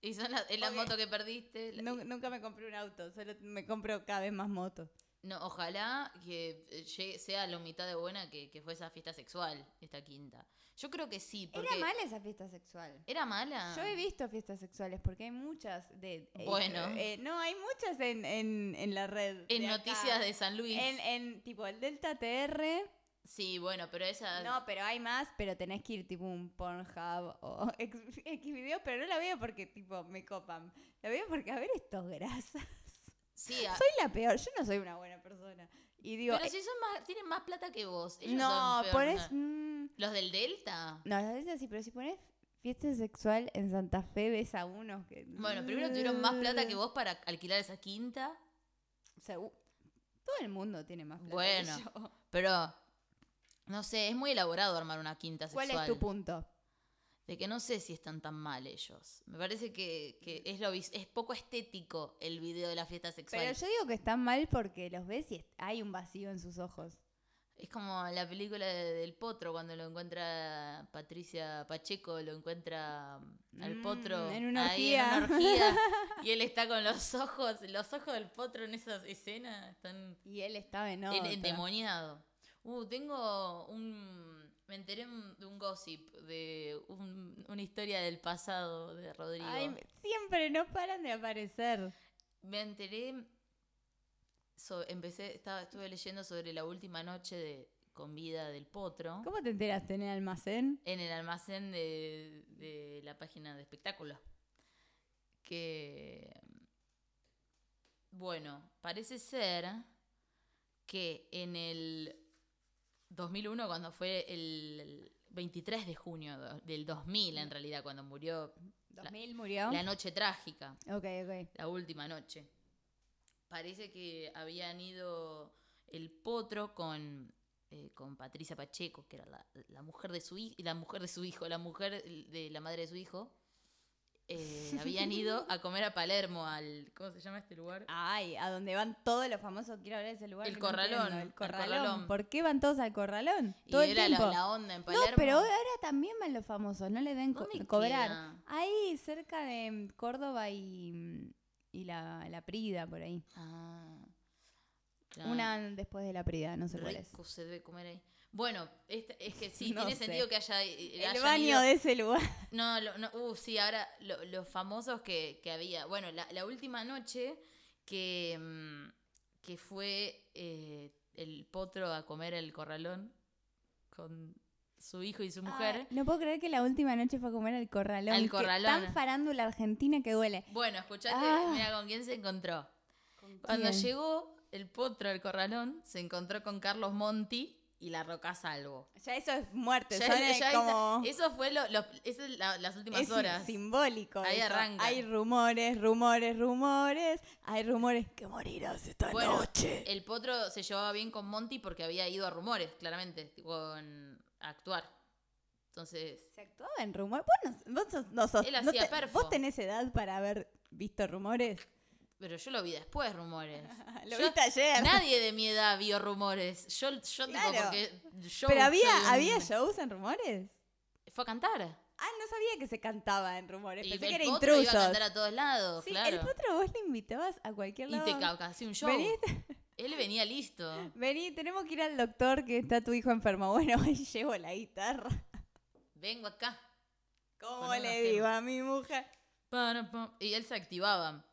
Y son las, es la Porque- moto que perdiste. la- Nu- nunca me compré un auto, solo me compro cada vez más motos. No, ojalá que eh, llegue- sea la mitad de buena que, que fue esa fiesta sexual, esta quinta. Yo creo que sí, porque... Era mala esa fiesta sexual. ¿Era mala? Yo he visto fiestas sexuales porque hay muchas de... eh, Bueno. eh, no, hay muchas en, en, en la red. En de acá. Noticias de San Luis. En, en tipo el Delta TR. Sí, bueno, pero esa... No, pero hay más, pero tenés que ir tipo un Pornhub o *laughs* X, videos, pero no la veo porque tipo me copan. La veo porque, a ver, estos grasas. sí, a- Soy la peor, yo no soy una buena persona. Y digo, Ah. pero eh, si son más, tienen más plata que vos. Ellos no, son peor, pones... ¿no? mm, ¿Los del Delta? no, las veces sí, pero si pones fiesta sexual en Santa Fe, ves a unos que... Bueno, primero tuvieron más plata que vos para alquilar esa quinta, Segu- todo el mundo tiene más plata. Bueno, que *laughs* yo. pero... No sé, es muy elaborado armar una quinta sexual. ¿Cuál es tu punto? de que no sé si están tan mal ellos. Me parece que, que es, lo, vis- es poco estético el video de la fiesta sexual. Pero yo digo que están mal porque los ves y est- hay un vacío en sus ojos. Es como la película de- del potro, cuando lo encuentra Patricia Pacheco, lo encuentra al Mm, potro en una ahí en una orgía. *laughs* orgía, y él está con los ojos, los ojos del potro en esa escena están Y él estaba en en- otra. endemoniado. Uh, tengo un... Me enteré un- de un gossip, de un- una historia del pasado de Rodrigo. Ay, me- siempre no paran de aparecer. Me enteré, so- empecé, estaba, estuve leyendo sobre la última noche de, con vida del potro ¿Cómo te enteraste en el almacén? en el almacén de, de la página de espectáculos. que, bueno, parece ser que en el 2001, cuando fue el 23 de junio do- del 2000, en realidad, cuando murió 2000 murió. la noche trágica, Ok, ok. la última noche. Parece que habían ido el potro con, eh, con Patricia Pacheco, que era la, la mujer de su hijo, la mujer de su hijo, la mujer de la madre de su hijo. *laughs* Eh, habían ido a comer a Palermo al ¿cómo se llama este lugar? Ay, a donde van todos los famosos, quiero hablar de ese lugar. El que no Corralón, entiendo, al el corralón. Corralón. ¿Por qué van todos al corralón? y Todo el era la, tiempo. la onda en no, Palermo. pero ahora también van los famosos, no le den co- ¿Dónde cobrar. queda? Ahí, cerca de mm, Córdoba y, mm, y la, la Prida, por ahí. Ah, claro. Una después de la Prida, no sé cuál es. Rico se debe comer ahí. Bueno, esta- es que sí, *laughs* No tiene sé. sentido que haya. eh, El hayan baño ido- de ese lugar. No, lo- no, uh, sí, ahora lo- los famosos que, que había. Bueno, la, la última noche que, mm, que fue eh, el potro a comer el corralón con su hijo y su mujer. Ay, Ah, no puedo creer que la última noche fue a comer al corralón. Al que Corralón. Tan farándula argentina que duele. Bueno, escuchate, Ah. mira con quién se encontró. Cuando quién? llegó el potro al corralón, se encontró con Carlos Monti y la Roca Salvo. Ya eso es muerte. Ya- son ya eh, está. como... Eso fue lo, lo- eso es la- las últimas Es sim- horas. simbólico. Ahí eso. arranca. Hay rumores, rumores, rumores. Hay rumores que morirás esta Bueno, eh, noche. El potro se llevaba bien con Monty porque había ido a rumores, claramente, con a actuar. Entonces, ¿Se actuaba en rumores? Vos no, vos sos- no sos- Él no hacía perfo. ¿Vos tenés edad para haber visto rumores? pero yo lo vi después, rumores. Lo Ah, Yo- viste ayer. Nadie de mi edad vio rumores. Yo, yo tipo, Claro. porque yo Pero había, soy un- había shows en rumores. Fue a cantar. Ah, no sabía que se cantaba en rumores. Y Pensé el que era potro intrusos. iba a cantar a todos lados, sí, el claro. potro vos le invitabas a cualquier Y lado. te ca- hacía un show. Vení, Él venía listo. vení, tenemos que ir al doctor que está tu hijo enfermo. *laughs* Bueno, ahí llevo la guitarra. Vengo acá. Con ¿Cómo unos le digo a mi mujer? Para, pa. Y él se activaba.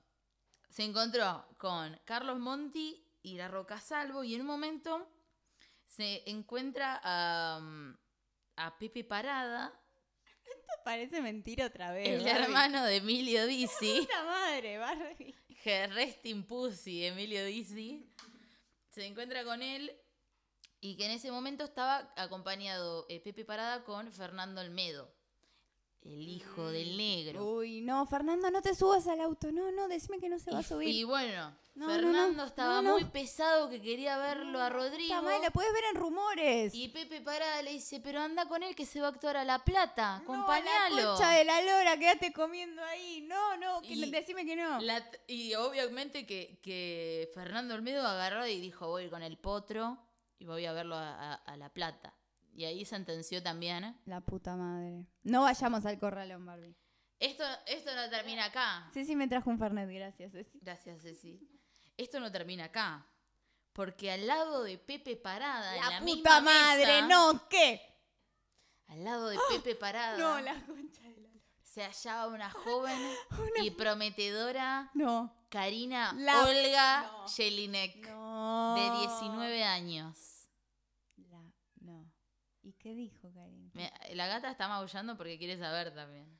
Se encontró con Carlos Monti y la Roca Salvo y en un momento se encuentra a, um, a Pepe Parada, Parece mentira otra vez. el Barbie. hermano de Emilio Dizzy, Puta madre, Barbie. *laughs* que Resting Pussy, Emilio Dizzy, se encuentra con él y que en ese momento estaba acompañado eh, Pepe Parada con Fernando Olmedo, el hijo del negro. Uy, no, Fernando, no te subas al auto. No, no, decime que no se va a Y- subir. Y bueno, No, no, no, Fernando no, estaba no. muy pesado que quería verlo a Rodrigo. Está mal, lo puedes ver en rumores. Y Pepe Parada le dice, pero anda con él que se va a actuar a La Plata, No, a la acompañalo. concha de la lora, quédate comiendo ahí. No, no, que, Y- decime que no. La t- y obviamente que, que Fernando Olmedo agarró y dijo, voy a ir con el potro y voy a verlo a, a- a La Plata. Y ahí sentenció también. ¿eh? La puta madre. No vayamos al corralón, Barbie. Esto, esto no termina acá. Ceci me trajo un Fernet, gracias, Ceci. Gracias, Ceci. Esto no termina acá. Porque al lado de Pepe Parada, en la puta misma madre, mesa, no, ¿qué? Al lado de Pepe Parada. ¡Ah! No, la concha de la lora. se hallaba una joven *laughs* y prometedora No. Karina La- Olga No. Jelinek, No. de 19 años. La- no. ¿Y qué dijo Karina? Me- la gata está maullando porque quiere saber también.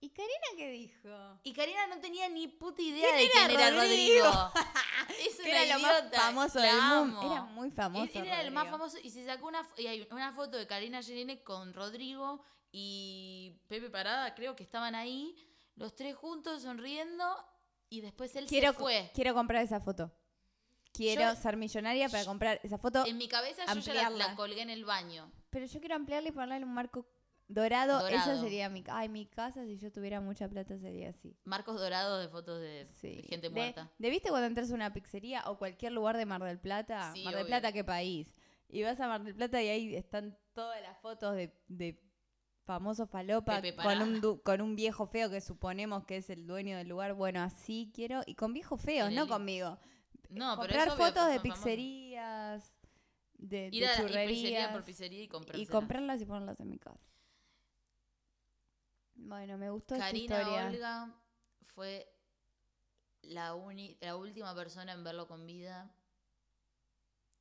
¿Y Karina qué dijo? Y Karina no tenía ni puta idea de ¿Quién quién era era Rodrigo. Rodrigo? *laughs* es Que una era lo más idiota, famoso la del mundo. amo. Era muy famoso. Él- él era el más Rodrigo. famoso y se sacó una, f- y hay una foto de Karina Jelinek con Rodrigo y Pepe Parada, creo que estaban ahí, los tres juntos sonriendo y después él Quiero, se fue. quiero comprar esa foto. Quiero Yo- em- ser millonaria para comprar esa foto. En mi cabeza yo ya la- la, ampliarla. colgué en el baño. Pero yo quiero ampliarla y ponerle un marco dorado. Esa Dorado. sería mi casa. Ay, mi casa, si yo tuviera mucha plata, sería así. Marcos dorados de fotos de, Sí. de gente De- muerta. ¿De viste cuando entras a una pizzería o cualquier lugar de Mar del Plata? Sí, Mar del obvio. Plata, ¿qué país? Y vas a Mar del Plata y ahí están todas las fotos de, de famosos falopa Pepe con Parada. un, du- con un viejo feo que suponemos que es el dueño del lugar. Bueno, así quiero. Y con viejos feos, En no el- conmigo. No, pero comprar es obvio que fotos de son famosos. pizzerías, de, de Ir a la- y pizzería churrerías por pizzería y comprar. y comprarlas y ponerlas en mi casa. Bueno, me gustó Karina esta historia. Olga fue la, uni- la última persona en verlo con vida.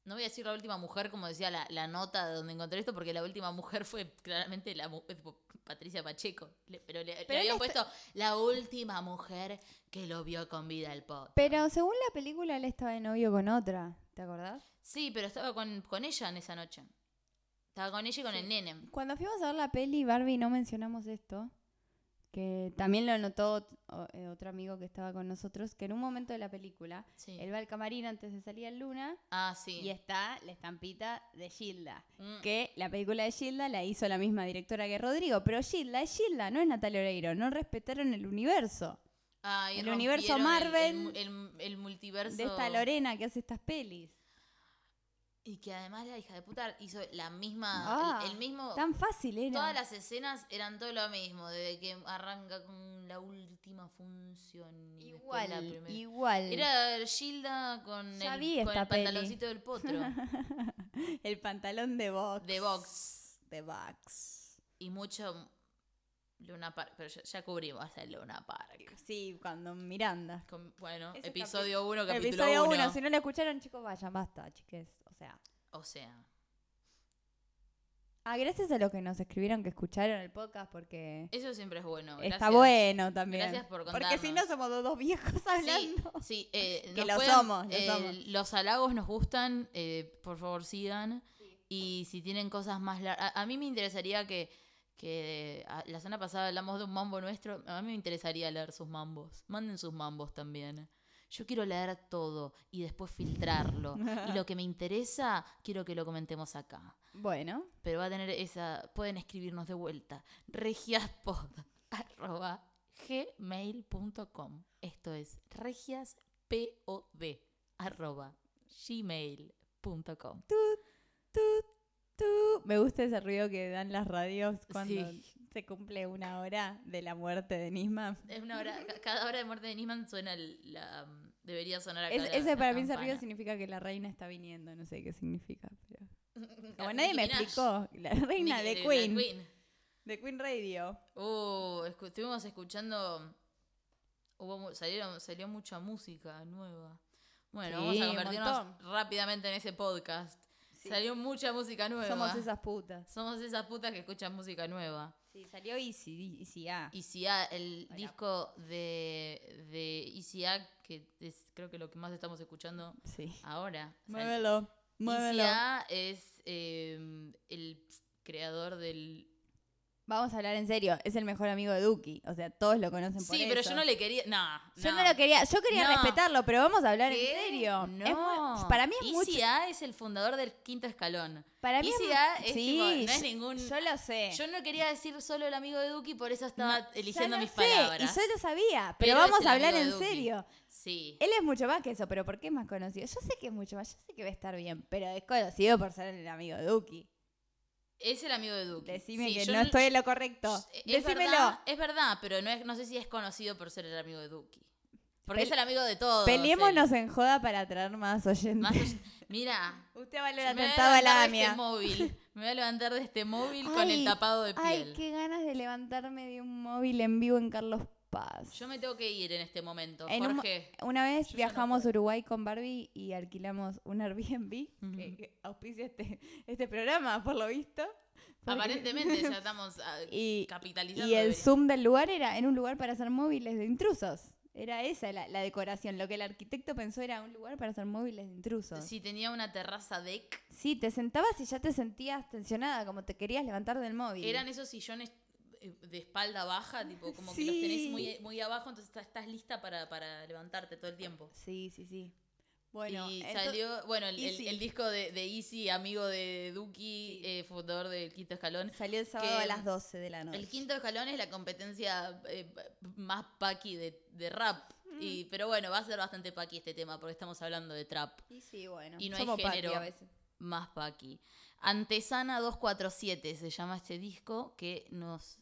No voy a decir la última mujer, como decía la, la nota de donde encontré esto, porque la última mujer fue claramente la mu- eh, tipo, Patricia Pacheco. Le- pero le, le Pero habían él puesto la última mujer que lo vio con vida al pot. Pero según la película, él estaba de novio con otra, ¿te acordás? Sí, pero estaba con, con ella en esa noche. Estaba con ella y con el nene. Cuando fuimos a ver la peli, Barbie, no mencionamos esto, que también lo notó ot- o- eh, otro amigo que estaba con nosotros, que en un momento de la película, Sí. él va al camarín antes de salir a Luna Ah, sí. y está la estampita de Gilda. Mm. Que la película de Gilda la hizo la misma directora que Rodrigo, pero Gilda es Gilda, no es Natalia Oreiro, no respetaron el universo Ah, y el rompieron universo el- el Marvel mu- El, el multiverso. de esta Lorena que hace estas pelis. Y que además la hija de puta hizo la misma. Ah, el, el mismo. Tan fácil era. Oh. Todas las escenas eran todo lo mismo, desde que arranca con la última función. y después Igual, la primera. igual. Era Gilda con Ya el, vi con esta el peli. pantaloncito del potro, *laughs* El pantalón de box. de Vox. De box. Y mucho Luna Park, pero ya, ya cubrimos el Luna Park. Sí, cuando Miranda. Con- bueno, Ese episodio 1, capítulo Episodio 1. 1. Si no lo escucharon, chicos, vayan, basta, chiques. O sea. O sea, Ah, gracias a los que nos escribieron que escucharon el podcast porque eso siempre es bueno. está gracias. bueno también. Gracias por Porque si no contarnos. somos dos, dos viejos Sí, hablando. sí, eh, *laughs* Que nos lo somos, lo somos. Los halagos nos gustan, eh, por favor sigan. Y si tienen cosas más largas. A, a mí me interesaría que, que a- la semana pasada hablamos de un mambo nuestro. A mí me interesaría leer sus mambos. Manden sus mambos también. Yo quiero leer todo y después filtrarlo. y lo que me interesa, quiero que lo comentemos acá. Bueno, Pero va a tener esa. Pueden escribirnos de vuelta. regiaspod.gmail.com Esto es regiaspod. arroba gmail.com tú. Me gusta ese ruido que dan las radios cuando Sí. se cumple una hora de la muerte de Nisman. Es una hora. ca- Cada hora de muerte de Nisman suena el- la. um, Debería sonar acá. Es- la- ese la para mí ese campana. ruido significa que la reina está viniendo, no sé qué significa. *laughs* Pero... Como Nicki nadie me Minaj. explicó, la reina Nicki- de la Queen, de Queen Radio. Uh, escu- estuvimos escuchando. Hubo, mu- salieron, salió mucha música nueva. Bueno, Sí, vamos a un convertirnos montón. rápidamente en ese podcast. Sí. Salió mucha música nueva. Somos esas putas. Somos esas putas que escuchan música nueva. Sí, salió Easy, Easy A. Y si A, el Hola. disco de, de Easy A, que es creo que lo que más estamos escuchando Sí. ahora. O sea, Muévelo, Easy muévelo. A es eh, el creador del Vamos a hablar en serio, es el mejor amigo de Duki, o sea, todos lo conocen por Sí, eso. pero yo no le quería. No, Yo no lo quería, yo quería No. respetarlo, pero vamos a hablar ¿Qué? en serio. No. Es mu- para mí es mucho. Easy A es el fundador del quinto escalón. Para mí Easy es, A es sí, tipo, no es yo- ningún- Yo lo sé. Yo no quería decir solo el amigo de Duki, por eso estaba No, eligiendo ya lo mis sé, palabras. Y yo lo sabía, Pero pero, es vamos el a hablar amigo de en Duki. serio. Sí. Él es mucho más que eso, pero ¿por qué es más conocido? Yo sé que es mucho más, yo sé que va a estar bien, pero es conocido por ser el amigo de Duki. Es el amigo de Duki. Decime Sí, que yo no estoy en lo correcto. Es Decímelo. Verdad, es verdad, pero no, es, no sé si es conocido por ser el amigo de Duki. Porque Pel- es el amigo de todos. Peleémonos el- en joda para traer más oyentes. más oy- Mira, *laughs* Usted va a me voy atentado a a la levantar de este AMIA. móvil. Me voy a levantar de este móvil con el Ay, tapado de piel. Ay, qué ganas de levantarme de un móvil en vivo en Carlos Paz. Yo me tengo que ir en este momento, En un mo- Jorge. Una vez Yo ya no viajamos a puedo. Uruguay con Barbie y alquilamos un Airbnb Ujú. que, que auspicia este, este programa, por lo visto. porque- Aparentemente *laughs* ya estamos ah, y, capitalizando. y el debería- Zoom del lugar era en un lugar para hacer móviles de intrusos. Era esa la, la decoración. Lo que el arquitecto pensó era un lugar para hacer móviles de intrusos. Sí, Si tenía una terraza deck, te sentabas y ya te sentías tensionada, como te querías levantar del móvil. eran esos sillones eh, de espalda baja, tipo como que Sí. los tenés muy, muy abajo, entonces estás, estás lista para, para levantarte todo el tiempo. Sí, sí, sí. Bueno, y ento- salió, bueno, el, el- Easy. el disco de, de Easy, amigo de Duki, Sí. eh, fundador del Quinto Escalón. salió el sábado que a las 12 de la noche. El Quinto Escalón es la competencia eh, más paqui de, de rap. Y, pero bueno, va a ser bastante paqui este tema porque estamos hablando de trap. Y sí, bueno. Y no hay somos patria género. a veces. más Paqui. Antesana 247 se llama este disco que nos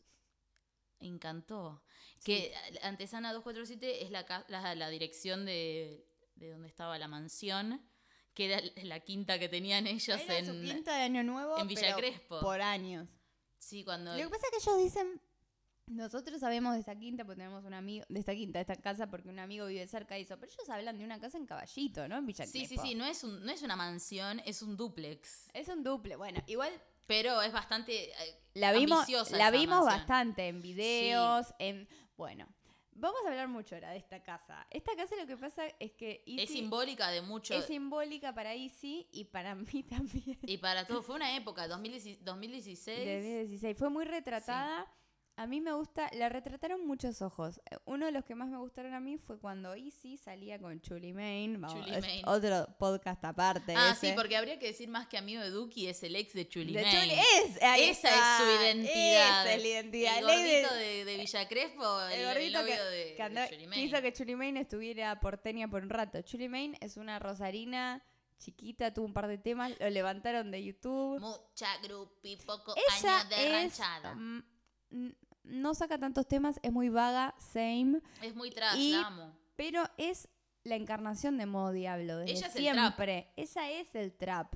encantó. Que Antesana 247 es la, ca- la, la dirección de, de donde estaba la mansión, que era la quinta que tenían ellos Era su en... quinta de Año Nuevo en Villa pero Crespo. por años. Sí, cuando... Lo que pasa es que ellos dicen Nosotros sabemos de esta quinta porque tenemos un amigo, de esta quinta, de esta casa, porque un amigo vive cerca de eso. Pero ellos hablan de una casa en caballito, ¿no? En Villa Sí, sí, Crespo. sí, no es, un, no es una mansión, es un duplex. Es un duple. Bueno, igual Pero es bastante... eh, la vimos, ambiciosa la esa vimos mansión. bastante en videos, en. Bueno. Vamos a hablar mucho ahora de esta casa. Esta casa lo que pasa es que Es Izzy simbólica de mucho... es simbólica para Izzy y para mí *laughs* también. y para todo, fue una época, 2016... de 2016. Fue muy retratada. A mí me gusta, la retrataron muchos ojos. Eh, Uno de los que más me gustaron a mí fue cuando Izzy salía con Julie Main. Vamos, Julie es Main. Otro podcast aparte. Ah, ese. sí, porque habría que decir más que amigo de Duki es el ex de Chuli De eh, May. Julie- es, ahí Esa está. es su identidad. Esa es la identidad. El Ley de- gordito de, de Villa Crespo, el, el el gordito novio que, de, que andaba- de Julie que May. hizo que Julie Main estuviera porteña por un rato. Julie Main es una rosarina chiquita, tuvo un par de temas, lo levantaron de YouTube. Mucha grupi, poco Ella años de es, ranchada. mm, n- no saca tantos temas, es muy vaga, same. Es muy trash, y- la amo. pero es la encarnación de modo diablo desde Ella es el trap. siempre. Esa es el trap.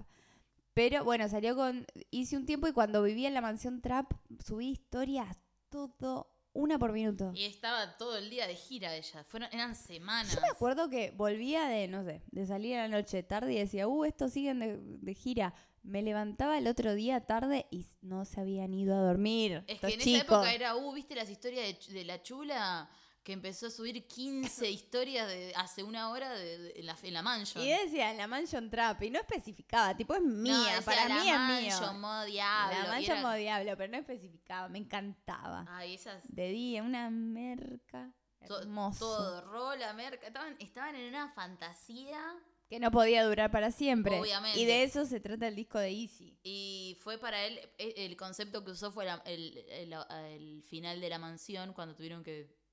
Pero bueno, salió con hice un tiempo y cuando vivía en la mansión trap subí historias todo una por minuto. Y estaba todo el día de gira ella. Fueron, eran semanas. Yo me acuerdo que volvía de, no sé, de salir a la noche tarde y decía, uh, estos siguen de, de gira. Me levantaba el otro día tarde y no se habían ido a dormir. Es estos que en chicos. esa época era, uh, ¿viste las historias de, Ch- de la chula? Que empezó a subir *laughs* 15 historias de, hace una hora de, de- en, la, en la mansion. Y decía, la mansion trap, y no especificaba, tipo, es mía, No, decía, para la mí es mío. mansion, modo diablo. La y mancha era- como diablo, pero no especificaba, me encantaba. Ay, esas... De día, una merca to- hermoso. todo, rola, merca. Estaban, estaban en una fantasía Que no podía durar para siempre. Obviamente. Y de eso se trata el disco de Easy. y fue para él, e- el concepto que usó fue la- el, el- el final de la mansión cuando tuvieron que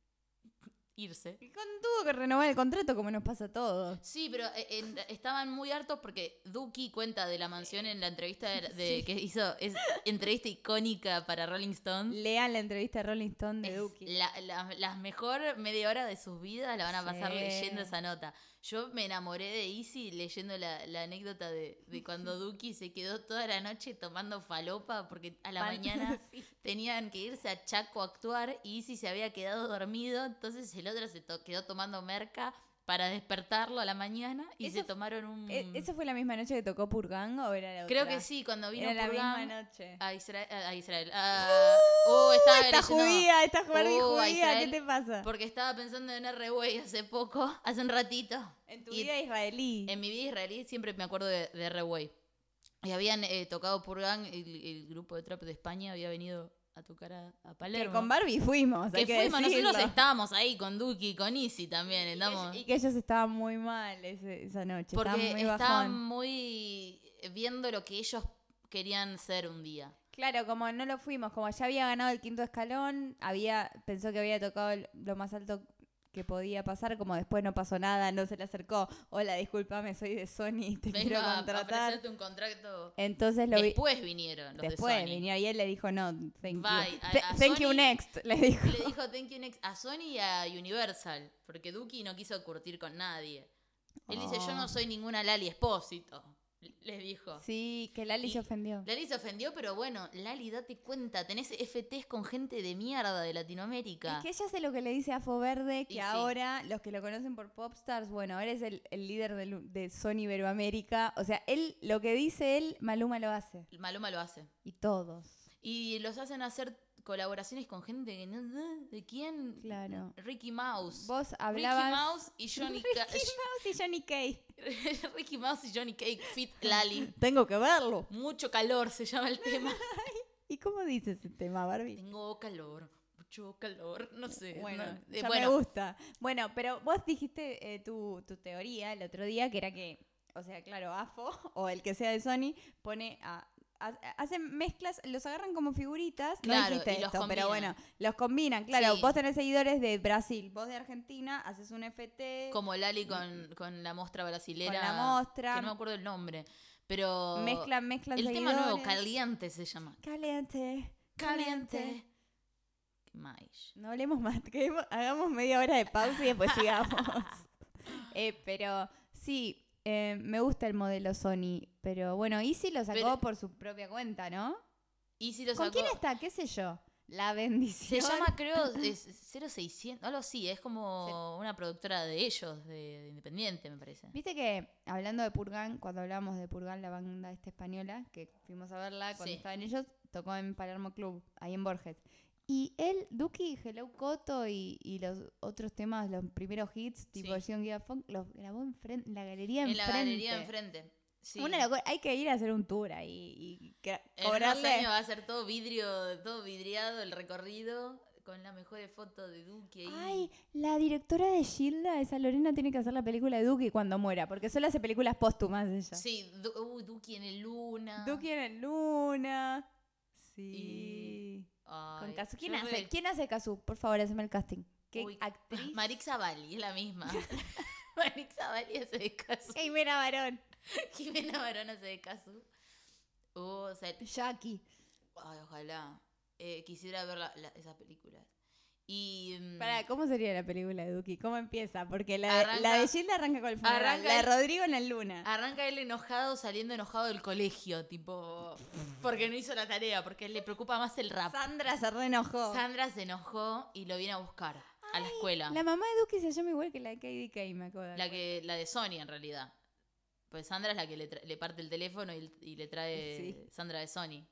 irse. Y con- tuvo que renovar el contrato como nos pasa a todos. Sí, pero eh, en- estaban muy hartos porque Duki cuenta de la mansión en la entrevista de, de- Sí. que hizo, es entrevista icónica para Rolling Stone. Lean la entrevista de Rolling Stone de Mm. Es Duki. la, la- la mejor media hora de sus vidas la van a pasar Sí. leyendo esa nota. Yo me enamoré de Izzy leyendo la, la anécdota de, de *laughs* cuando Duki se quedó toda la noche tomando falopa porque a la Pan- *laughs* mañana Sí. tenían que irse a Chaco a actuar y Izzy se había quedado dormido, entonces el otro se to- quedó tomando merca para despertarlo a la mañana y Eso se fu- tomaron un... E- ¿Esa fue la misma noche que tocó Purgang o era la Mm. Creo otra? que sí, cuando vino Ah, Era la Purgan misma noche. a Israel... A Israel a- Uh, estaba esta leyendo- judía, esta Barbie Uh, a judía, ¿qué Israel- te pasa? Porque estaba pensando en R-Way hace poco, *laughs* hace un ratito. en tu y- vida israelí. En mi vida israelí siempre me acuerdo de, de R-Way. Y habían eh, tocado Purgan, el, el grupo de trap de España había venido a tocar a, a que Palermo. con Barbie fuimos, Que hay que fuimos, nosotros decirlo. estábamos ahí con Duki, con Izzy también, Y que andamos. ell- Y que ellos estaban muy mal ese- esa noche. porque estaban muy estaban bajón. muy viendo lo que ellos querían ser un día. Claro, como no lo fuimos, como ya había ganado el quinto escalón, había pensó que había tocado el- lo más alto que podía pasar, como después no pasó nada, no se le acercó. Hola, discúlpame, soy de Sony, te Vengo *laughs* quiero a contratar. ofrecerte un contrato. Entonces lo vi. Después vinieron los Después de Sony. vino y él le dijo no, thank you. Bye, a- Th- a thank you Sony- next, le dijo. Le dijo thank you next a Sony y a Universal, porque Duki no quiso curtir con nadie. Él dice, yo no Oh. soy ninguna Lali Espósito, les dijo. Sí, que Lali Y- se ofendió. Lali se ofendió, pero bueno, Lali, date cuenta, tenés FTs con gente de mierda de Latinoamérica. Es que ella hace lo que le dice a Foverde, que Y sí. ahora los que lo conocen por Popstars, bueno, ahora es el, el líder del- de, Sony Iberoamérica. O sea, él, lo que dice él, Maluma lo hace. Maluma lo hace. Y todos. Y los hacen hacer colaboraciones con gente que no- ¿De quién? Claro. Ricky Mouse. Vos hablabas... Ricky Mouse *laughs* y Johnny Ca- *laughs* Ricky Mouse y Johnny Kay. Ricky Mouse y Johnny Cake Fit Lali. Tengo que verlo. Mucho calor se llama el tema. ¿Y cómo dice ese tema, Barbie? Tengo calor, mucho calor, no sé. Bueno, no- eh, ya me gusta. Bueno, pero vos dijiste eh, tu, tu teoría el otro día, que era que, o sea, claro, AFO o *laughs* el que sea de Sony pone a... a- Hacen mezclas, los agarran como figuritas. no Claro, dijiste y los esto, pero bueno, combinan. los combinan. Claro, Sí. vos tenés seguidores de Brasil, vos de Argentina, haces un FT como Lali con, con la mostra brasilera. Con la mostra. Que no me acuerdo el nombre. Pero. mezclan, mezclan El seguidores. tema nuevo, Caliente se llama. Caliente. Caliente. Maish. No hablemos más, *laughs* que hemos- hagamos media hora de pausa y después *laughs* sigamos. Eh, pero sí, eh, me gusta el modelo Sony, pero bueno, Easy lo sacó Pero- por su propia cuenta, ¿no? Y si lo ¿Con sacó. quién está? ¿Qué sé yo? La Se bendición. llama, creo, es 0600, algo así. Es como una productora de ellos, de, de Independiente, me parece. Viste que hablando de Purgan, cuando hablábamos de Purgan, la banda esta española, que fuimos a verla cuando Sí. estaban ellos, tocó en Palermo Club, ahí en Borges. Y él, Duki, Hello Coto y, y los otros temas, los primeros hits, tipo Sí. John Giga Funk, los grabó en, fren- la galería En enfrente. la galería enfrente. Sí. Una locura. Hay que ir a hacer un tour ahí y cra- En unos años cobrarle. va a ser todo vidrio, todo vidriado el recorrido, con las mejores fotos de Duque ahí. Ay, la directora de Gilda, esa Lorena, tiene que hacer la película de Duki cuando muera, porque solo hace películas póstumas ella. Sí, Du- uy, Duki en el Luna. Duki en el Luna. Sí. Y- Ay, Con Kazu. yo ¿Quién re- *laughs* hace? ¿Quién hace Kazu? Por favor, haceme el casting. ¿Qué Uy, actriz? *laughs* Marixa Bali, es la misma. *laughs* Marixa Bali hace de *laughs* Kazu. Ey, mira, varón. Jimena Barón hace de Kazu. Oh, o sea, Jackie. ay, ojalá. Eh, quisiera ver la- la- esas películas. Y. mm, Pará, ¿cómo sería la película de Duki? ¿Cómo empieza? Porque la de, Arranca- la de Gilda arranca con el funeral. Arranca la de el- Rodrigo en la luna. Arranca él enojado, saliendo enojado del colegio, tipo, porque no hizo la tarea, porque le preocupa más el rap. Sandra se reenojó. Ah. Sandra se enojó y lo viene a buscar a la escuela. La mamá de Duki se llama igual que la de KDK, me acuerdo. La, que, la de Sonia, en realidad. Pues Sandra es la que le, tra- le parte el teléfono y, y le trae Sí. Sandra de Sony.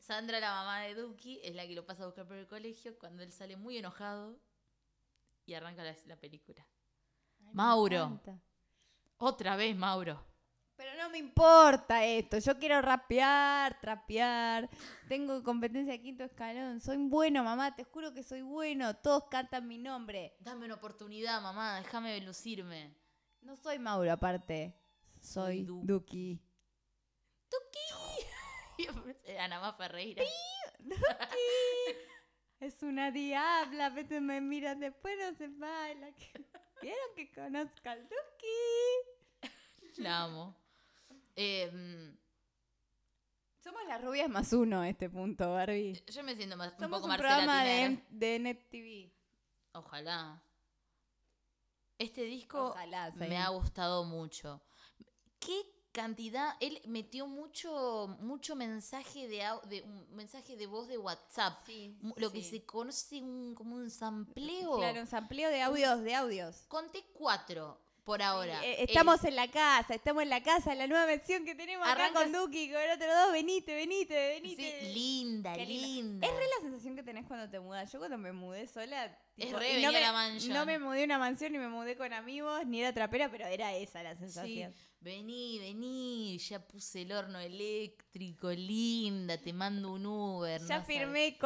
Sandra, la mamá de Duki, es la que lo pasa a buscar por el colegio cuando él sale muy enojado y arranca la, la película. Ay, me Mauro. encanta. Otra vez, Mauro. Pero no me importa esto. Yo quiero rapear, trapear. Tengo competencia de quinto escalón. Soy bueno, mamá. Te juro que soy bueno. Todos cantan mi nombre. Dame una oportunidad, mamá, déjame *laughs* lucirme. No soy Mauro, aparte. Soy Soy Du- Duki. eh, Ana más Ferreira. Es una diabla. veces me miran después, no se baila. *laughs* Quiero que conozca al Duki. La *laughs* amo. Eh, mm, Somos las rubias más uno a este punto, Barbie. yo me siento más, un Somos poco un, Marcela programa de, Tinera. M- de NetTV. Ojalá. Este disco Ojalá. sí. me ha gustado mucho. ¿Qué cantidad? Él metió mucho, mucho mensaje de, au- de un mensaje de voz de WhatsApp. Sí, Mu- Lo que sí. se conoce un- como un sampleo. Claro, un sampleo de audios, de audios. Conté cuatro por ahora. Eh, El- estamos en la casa, estamos en la casa, la nueva versión que tenemos acá Arrancas- con Duki, con otro dos, venite, venite, sí, venite. linda, Qué linda. linda. Es re la sensación que tenés cuando te mudas. Yo cuando me mudé sola, tipo, re y venía no me, la mansión. no me mudé a una mansión ni me mudé con amigos, ni era trapera, pero era esa la Sí. sensación. Vení, vení, ya puse el horno eléctrico, linda, te mando un Uber. ya no sabes. firmé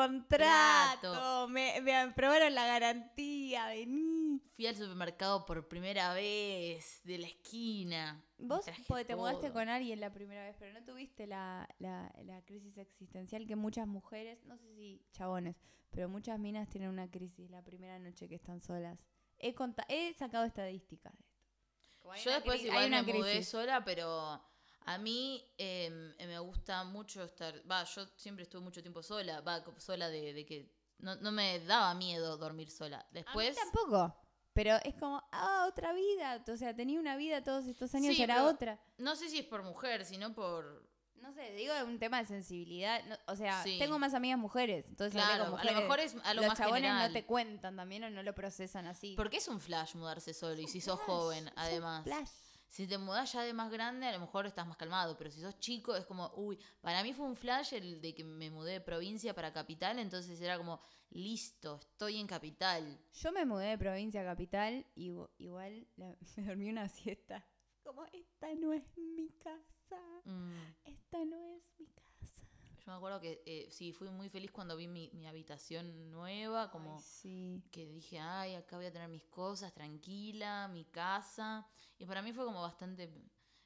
contrato, me, me aprobaron la garantía, vení. Fui al supermercado por primera vez, de la esquina. me Vos traje porque te mudaste todo. con alguien la primera vez, pero no tuviste la, la, la crisis existencial que muchas mujeres, no sé si chabones, pero muchas minas tienen una crisis la primera noche que están solas. He, conta- he sacado estadísticas de esto. Como hay Yo una después cri- hay igual me una mudé crisis. sola, pero a mí eh, me gusta mucho estar. Va, yo siempre estuve mucho tiempo sola, va, co- sola de, de que. No, no me daba miedo dormir sola. A mí Después. tampoco. Pero es como, ah, otra vida. O sea, tenía una vida todos estos años Sí, y era pero- otra. No sé si es por mujer, sino por. No sé, digo, es un tema de sensibilidad. no- o sea, Sí. tengo más amigas mujeres. Entonces, hablé Claro, con a lo mujeres. mejor es a lo Los más chabones general. no te cuentan también o no lo procesan así. Porque es un flash mudarse solo y si sos Flash, joven, es un además. flash. Si te mudás ya de más grande, a lo mejor estás más calmado, pero si sos chico es como, uy, para mí fue un flash el de que me mudé de provincia para capital, entonces era como, listo, estoy en capital. Yo me mudé de provincia a capital y igu- igual la- *laughs* me dormí una siesta. Como, esta no es mi casa. Mm. Esta no es mi casa. Yo me acuerdo que eh, sí, fui muy feliz cuando vi mi, mi habitación nueva, como Ay, sí. que dije, ay, acá voy a tener mis cosas, tranquila, mi casa. Y para mí fue como bastante,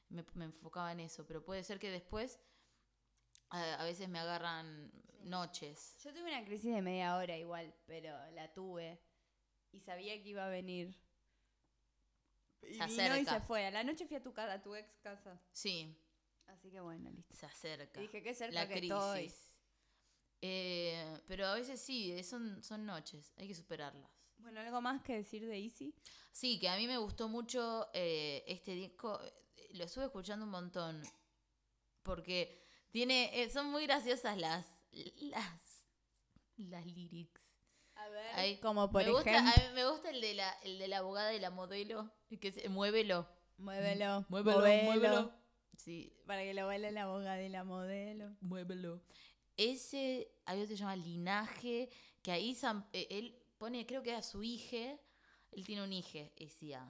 me, me enfocaba en eso, pero puede ser que después a, a veces me agarran noches. Yo tuve una crisis de media hora igual, pero la tuve. Y sabía que iba a venir. Y Se vino y acerca. se fue. A la noche fui a tu casa, a tu ex casa. Sí, Así que bueno, listo. se acerca. Y dije, qué cerca la que crisis. estoy. Eh, pero a veces sí, eh, son, son noches, hay que superarlas. Bueno, algo más que decir de Easy. Sí, que a mí me gustó mucho eh, este disco. eh, Lo estuve escuchando un montón. Porque tiene. eh, son muy graciosas las. las las lyrics. A ver, Ahí. como por me, gusta, ejemplo, a mí me gusta el de la, el de la abogada y la modelo, el que se, muévelo. muévelo, Muévelo, movelo, muévelo. Sí, Para que lo baile la abogada y la modelo. muévelo. Ese, hay otro que se llama Linaje, que ahí Sam- eh, él pone, creo que a su hije, él tiene un hije, decía.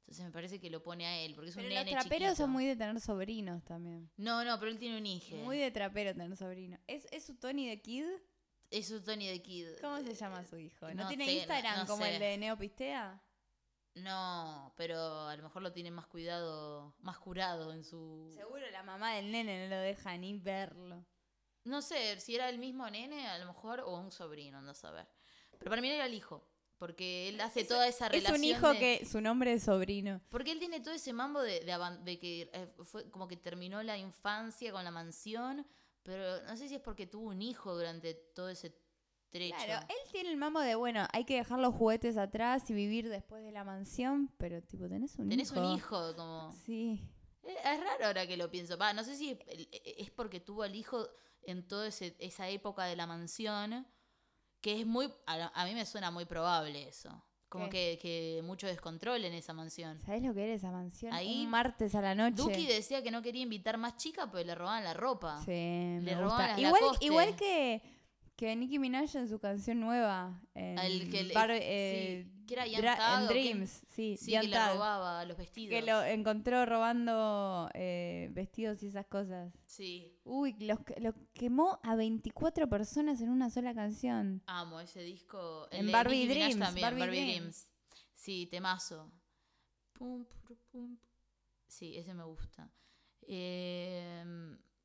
Entonces me parece que lo pone a él, porque es Pero un los nene traperos chiquito. son muy de tener sobrinos también. No, no, pero él tiene un hije. Muy de trapero tener sobrinos. ¿Es, ¿Es su Tony de Kid? Es un Tony de Kid. ¿Cómo se llama su hijo? ¿No, no tiene sé, no- Instagram no como sé. el de Neo Pistea? No, pero a lo mejor lo tiene más cuidado, más curado en su... Seguro la mamá del nene no lo deja ni verlo. No sé, si era el mismo nene, a lo mejor, o un sobrino, no saber. Pero para mí era el hijo, porque él hace toda esa Es relación. un hijo de- que su nombre es sobrino. Porque él tiene todo ese mambo de, de aban- de que eh, fue como que terminó la infancia con la mansión, pero no sé si es porque tuvo un hijo durante todo ese trecho. Claro, él tiene el mamo de, bueno, hay que dejar los juguetes atrás y vivir después de la mansión, pero tipo, tenés un Tenés hijo. un hijo, como... Sí. Eh, Es raro ahora que lo pienso. Va, no sé si es, el- eh, es porque tuvo al hijo en toda esa época de la mansión, que es muy... A, la- a mí me suena muy probable eso. Como que, que mucho descontrol en esa mansión. ¿Sabés lo que era esa mansión? Ahí- un martes a la noche. Duki decía que no quería invitar más chicas porque le robaban la ropa. Sí, me Le roban gusta. las Igual, Lacoste. igual que, que Nicki Minaj en su canción nueva. En Al que le- Bar- sí, eh, que era Young Dra- Thug, en o que- Dreams, sí, Sí, Young que le Thug, robaba los vestidos. que lo encontró robando eh, vestidos y esas cosas. Sí, Uy, los, que- lo quemó a 24 personas en una sola canción. amo ese disco. En de Barbie Nicki Minaj Dreams, también, Barbie Barbie, Dreams. Dreams. Sí, temazo. Pum, puru, pum. Sí, ese me gusta. Eh,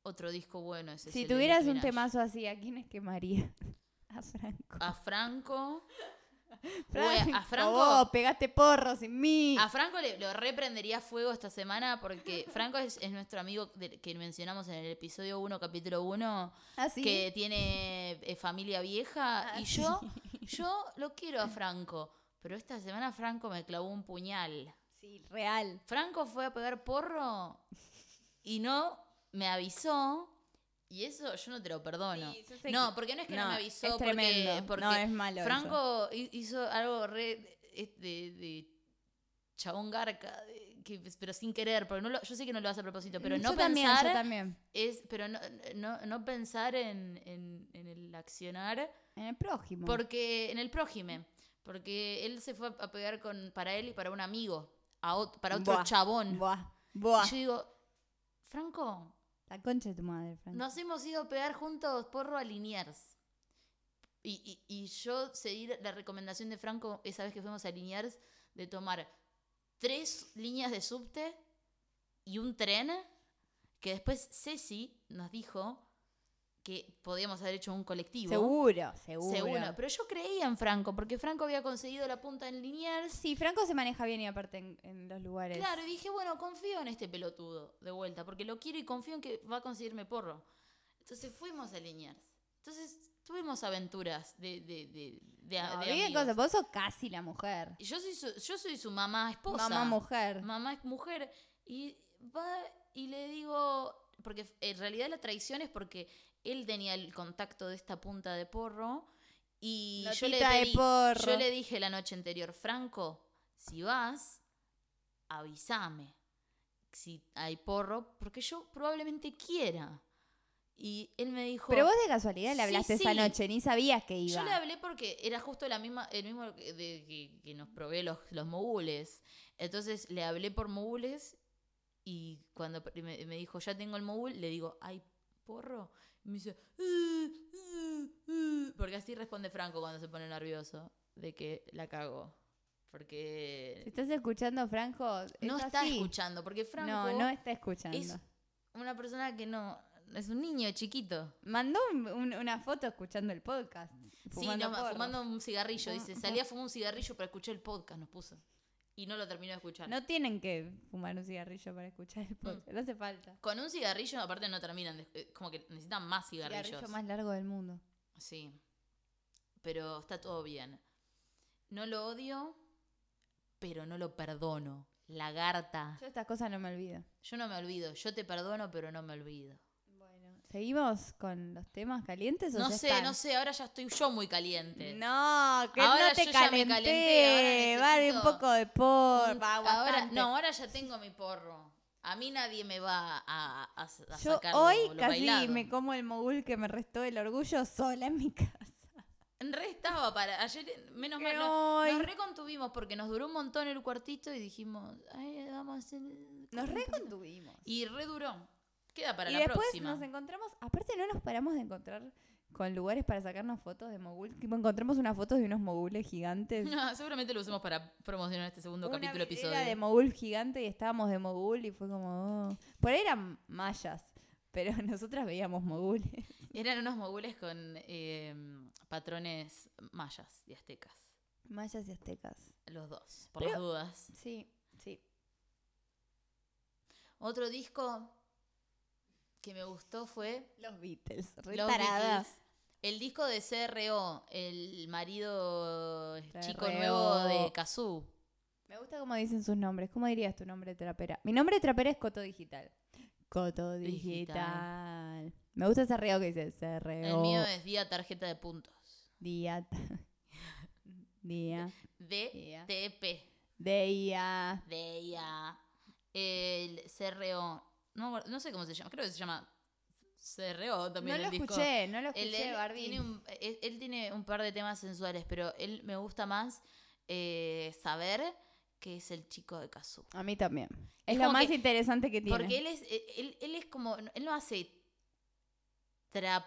otro disco bueno ese. es si el de tuvieras Nicki un Minaj. temazo así, ¿a quiénes quemarías? *laughs* A Franco. A Franco. Franco, *laughs* Ué, Ah, a Franco- vos pegaste porros sin mí. A Franco le, lo reprendería fuego esta semana porque Franco es, es nuestro amigo del- que mencionamos en el episodio 1, capítulo 1, Así. que tiene eh, familia vieja. Ah, y *laughs* yo, yo lo quiero a Franco. Pero esta semana Franco me clavó un puñal. Sí, real. Franco fue a pegar porro y no me avisó. Y eso yo no te lo perdono. Sí, yo sé no, que- porque no es que no, me avisó. Es porque- tremendo. Porque, no, es malo. eso. Franco hi- hizo algo re eh, de, de chabón garca, de- que- pero sin querer, porque no lo- yo sé que no lo hace a propósito, pero Mm, no Mm, yo también, pensar yo también. es, pero no, no- no pensar en, en- en el accionar, En el prójimo. porque en el prójime, porque él se fue a pegar con para él y para un amigo, a ot- para otro Buah, chabón. Buah, buah. Y yo digo, Franco, La concha de tu madre, Franco. nos hemos ido a pegar juntos porro a Liniers. Y, y- y yo seguí la recomendación de Franco esa vez que fuimos a Liniers de tomar tres líneas de subte y un tren que después Ceci nos dijo que podíamos haber hecho un colectivo. Seguro, seguro. Seguro. Pero yo creía en Franco porque Franco había conseguido la punta en Liniers. Sí, Franco se maneja bien y aparte en, en los lugares. Claro, y dije, bueno, confío en este pelotudo de vuelta, porque lo quiero y confío en que va a conseguirme porro. Entonces fuimos a Liniers. Entonces tuvimos aventuras de, de, de, de, No, de bien amigos. cosa, vos sos casi la mujer. Yo soy su, yo soy su mamá esposa. Mamá mujer. Mamá es mujer. Y va y le digo, porque en realidad la traición es porque él tenía el contacto de esta punta de porro y yo le, Notita de pedí- porro. yo le dije la noche anterior, Franco, si vas, avísame si hay porro, porque yo probablemente quiera. Y él me dijo... Pero vos de casualidad Sí, le hablaste esa sí. noche, ni sabías que iba. Yo le hablé porque era justo la misma, el mismo que, de- que- que nos provee los, los mogules. Entonces le hablé por mogules y cuando pr- me, me dijo, ya tengo el mogul, le digo, ay, porro. Y me dice, "Eh, eh, eh", porque así responde Franco cuando se pone nervioso, de que la cago. Si Porque estás escuchando, Franco, no es está así. escuchando, porque Franco No, no está escuchando. es una persona que no, es un niño chiquito. Mandó un- un- una foto escuchando el podcast. sí, no, porro. fumando un cigarrillo. Fum- Dice, fum- salí a fumar un cigarrillo, pero escuché el podcast, nos puso. Y no lo terminó de escuchar. No tienen que fumar un cigarrillo para escuchar Mm. el podcast. No hace falta. Con un cigarrillo, aparte no terminan, de- eh, como que necesitan más cigarrillos. Cigarrillo más largo del mundo. Sí. Pero está todo bien. No lo odio, pero no lo perdono. Lagarta. Yo estas cosas no me olvido. Yo no me olvido. Yo te perdono, pero no me olvido. Bueno, ¿Seguimos con los temas calientes? o No ya sé, están? no sé, ahora ya estoy yo muy caliente. No, que Ahora no te yo ya me calenté. calenté, ahora Barbie, un necesito poco de por. Un- va, ahora, bastante. no, ahora ya tengo mi porro. A mí nadie me va a, a- a Yo sacar lo- hoy lo casi bailado. me como el mogul que me restó el orgullo sola en mi casa. En re estaba para. Ayer, menos Que mal, no- hoy- nos recontuvimos porque nos duró un montón el cuartito y dijimos, "Ay, vamos a hacer. Nos recontuvimos. Y re duró. Queda para y la próxima. después *laughs* nos encontramos, aparte no nos paramos de encontrar con lugares para sacarnos fotos de mogul. Tipo, encontramos unas fotos de unos mogules *laughs* gigantes. No, seguramente lo usemos para promocionar este segundo Una capítulo episodio. vidriera de mogul gigante y estábamos de mogul y fue como... oh. Por ahí eran mayas, pero *laughs* nosotras veíamos mogules. *laughs* Eran unos mogules con eh, patrones mayas y aztecas. Mayas y aztecas. Los dos, por las Pero- dudas. Sí, sí. Otro disco que me gustó fue Los Beatles. re Los tarada. Beatles. El disco de CRO, el marido eh, chico CRO. nuevo de Kazoo. Me gusta cómo dicen sus nombres. ¿Cómo dirías tu nombre de trapera? Mi nombre de trapera es Coto Digital. Coto Digital. Digital. Me gusta ese reo que dice ese El reo. mío es Día Tarjeta de Puntos. *laughs* Día. Día. Día. DTP. Día. DIA. El CRO. No, me acuerdo- no sé cómo se llama. Creo que se llama CRO No también lo el disco. escuché, no lo Él, escuché, él Barbie. tiene un, él, él tiene un par de temas sensuales, pero él me gusta más eh, saber que es el chico de Kazoo. A mí también. Es Es lo como más que- interesante que tiene. Porque él es, él- él, él es como, él no hace trap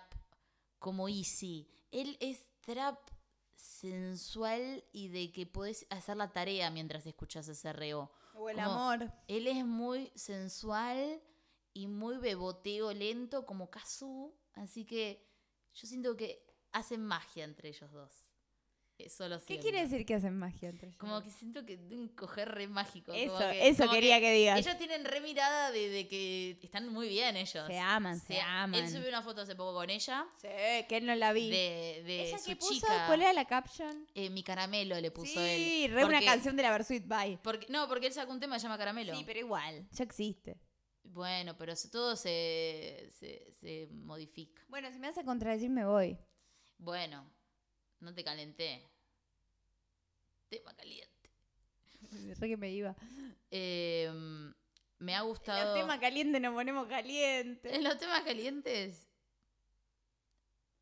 como easy, él es trap sensual y de que podés hacer la tarea mientras escuchas ese reo. o el como- amor. Él es muy sensual y muy beboteo lento como Kazu, así que yo siento que hacen magia entre ellos dos. Eso lo ¿Qué siento. quiere decir que hacen magia entre ellos? Como que siento que de un coger re mágico. como Eso, que- eso como que- quería que, digas. ellos tienen re mirada de, de que están muy bien ellos. Se aman, se, Se- aman. Él subió una foto hace poco con ella Sí, que él no la vi. de, de ¿Ella su qué puso? chica. ¿Cuál era la caption? Eh, mi caramelo le puso sí, él. re una Porque- canción de la Versuit, bye. Porque, no, porque él sacó un tema que se llama Caramelo. Sí, pero igual, ya existe. Bueno, pero se- todo se, se, se modifica. Bueno, si me vas a contradecir me voy. *laughs* Bueno, no te calenté. Tema caliente. Re que me iba. Eh, me ha En gustado. los temas calientes nos ponemos *laughs* calientes. En los temas calientes,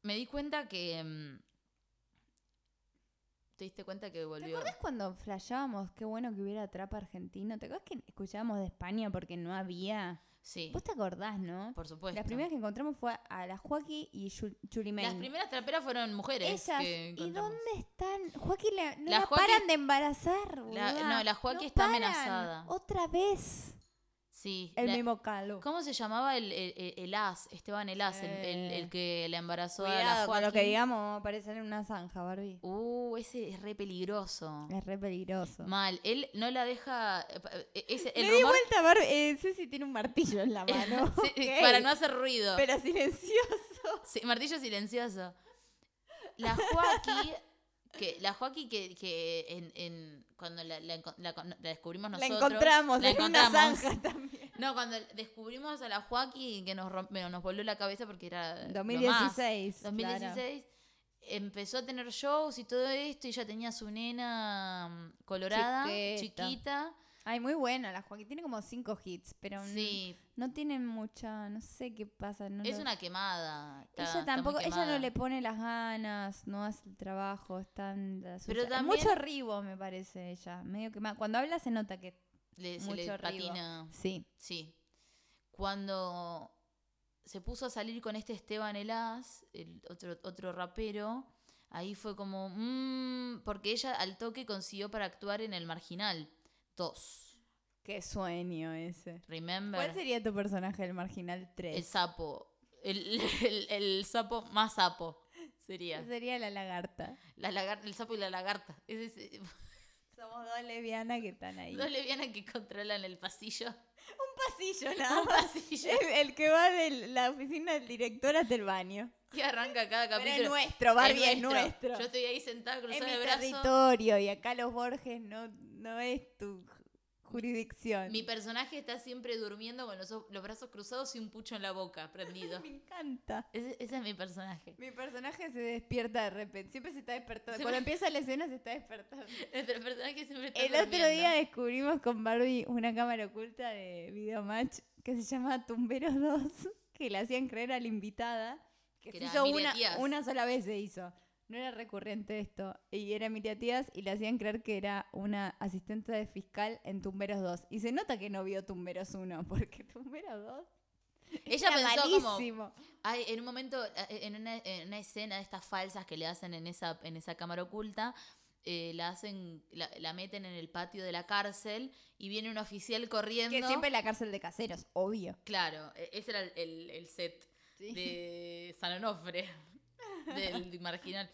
me di cuenta que. mm, ¿Te diste cuenta que ¿Te volvió? acuerdas cuando flasheábamos qué bueno que hubiera trap argentino? ¿Te acuerdas que escuchábamos de España porque no había? Sí, Vos te acordás, ¿no? por supuesto. Las primeras que encontramos fue a la Joaquín y Yul- Chulimain. Las primeras traperas fueron mujeres. Ellas. que ¿Y encontramos. dónde están? Joaquín la, no La la, Joaquín- paran de embarazar. La- boluda. no, la Joaquín No está paran. amenazada. Otra vez. Sí. El la- mismo calo. ¿Cómo se llamaba el, el, el- el as? Esteban el as, el, el- Sí. el que la embarazó a la Cuidado con lo que Joaquín? digamos, vamos a aparecer en una zanja, Barbie. Uh, ese es re peligroso. Es re peligroso. Mal. Él no la deja. eh, ese- el Le di rumor- vuelta, Barbie. Eh, Ceci tiene un martillo en la mano. *laughs* Sí, ok. Para no hacer ruido. Pero silencioso. Sí, martillo silencioso. La Joaquí, que, la Joaquí que, que en, en- cuando la, la enco- la con- la descubrimos la nosotros. encontramos la en una encontramos. Eh, zanja también. No, cuando descubrimos a la Joaquí que nos, romp- bueno, nos voló la cabeza porque era. lo más. 2016. claro. 2016. Empezó a tener shows y todo esto, y ya tenía su nena mm, colorada, Chiqueta. chiquita. Ay, muy buena la Joaquín. Tiene como cinco hits, pero n- Sí, no tiene mucha. No sé qué pasa. no es lo- una quemada. está- Ella está muy tampoco, ella quemada. no le pone las ganas, no hace el trabajo, está en la Pero suya. también- Mucho ribo, me parece ella. Medio que ma- Cuando habla se nota que le, se mucho le arriba. patina. sí. Sí. Cuando se puso a salir con este Esteban Elás, el otro, otro rapero, ahí fue como, "Mm", porque ella al toque consiguió para actuar en El Marginal 2, Qué sueño ese. ¿Cuál remember, sería tu personaje del Marginal el 3? sapo, el, *laughs* el- el sapo más sapo sería, Sería la lagarta. la lagar- el sapo y la lagarta, Es eh, *laughs* ese- Somos dos lesbianas que están ahí. dos levianas que controlan el *laughs* pasillo, *laughs* pasillos nada un más. pasillo El, *laughs* el que va de la oficina del director hasta el baño. que arranca cada Pero es capítulo. nuestro, Barbie es Es nuestro. Yo estoy ahí sentada, Es cruzada mi de brazos. territorio y acá los Borges no, no es tu jurisdicción. Mi personaje está siempre durmiendo con los, o- los brazos cruzados y un pucho en la boca *laughs* prendido. Me encanta. Ese, ese es mi personaje. Mi personaje se despierta de repente, siempre se está despertando. Se Cuando me- empieza la escena se está despertando. Nuestro personaje siempre está El otro día durmiendo. descubrimos con Barbie una cámara oculta de Videomatch que se llama Tumberos 2, *laughs* que le hacían creer a la invitada, que, Que se era hizo Emilia una, Tías. una sola vez se hizo. No era recurrente esto. Y era Emilia Tías y le hacían creer que era una asistente de fiscal en Tumberos 2. Y se nota que no vio Tumberos 1, *laughs* porque Tumberos 2 Ella era pensó como, malísimo. Ay, en un momento, a- en una, en una escena de estas falsas que le hacen en esa, en esa cámara oculta, eh, la hacen, la, la meten en el patio de la cárcel y viene un oficial corriendo. Que siempre la cárcel de caseros, obvio. Claro, e- ese era el, el- el set de San Onofre, *laughs* del marginal.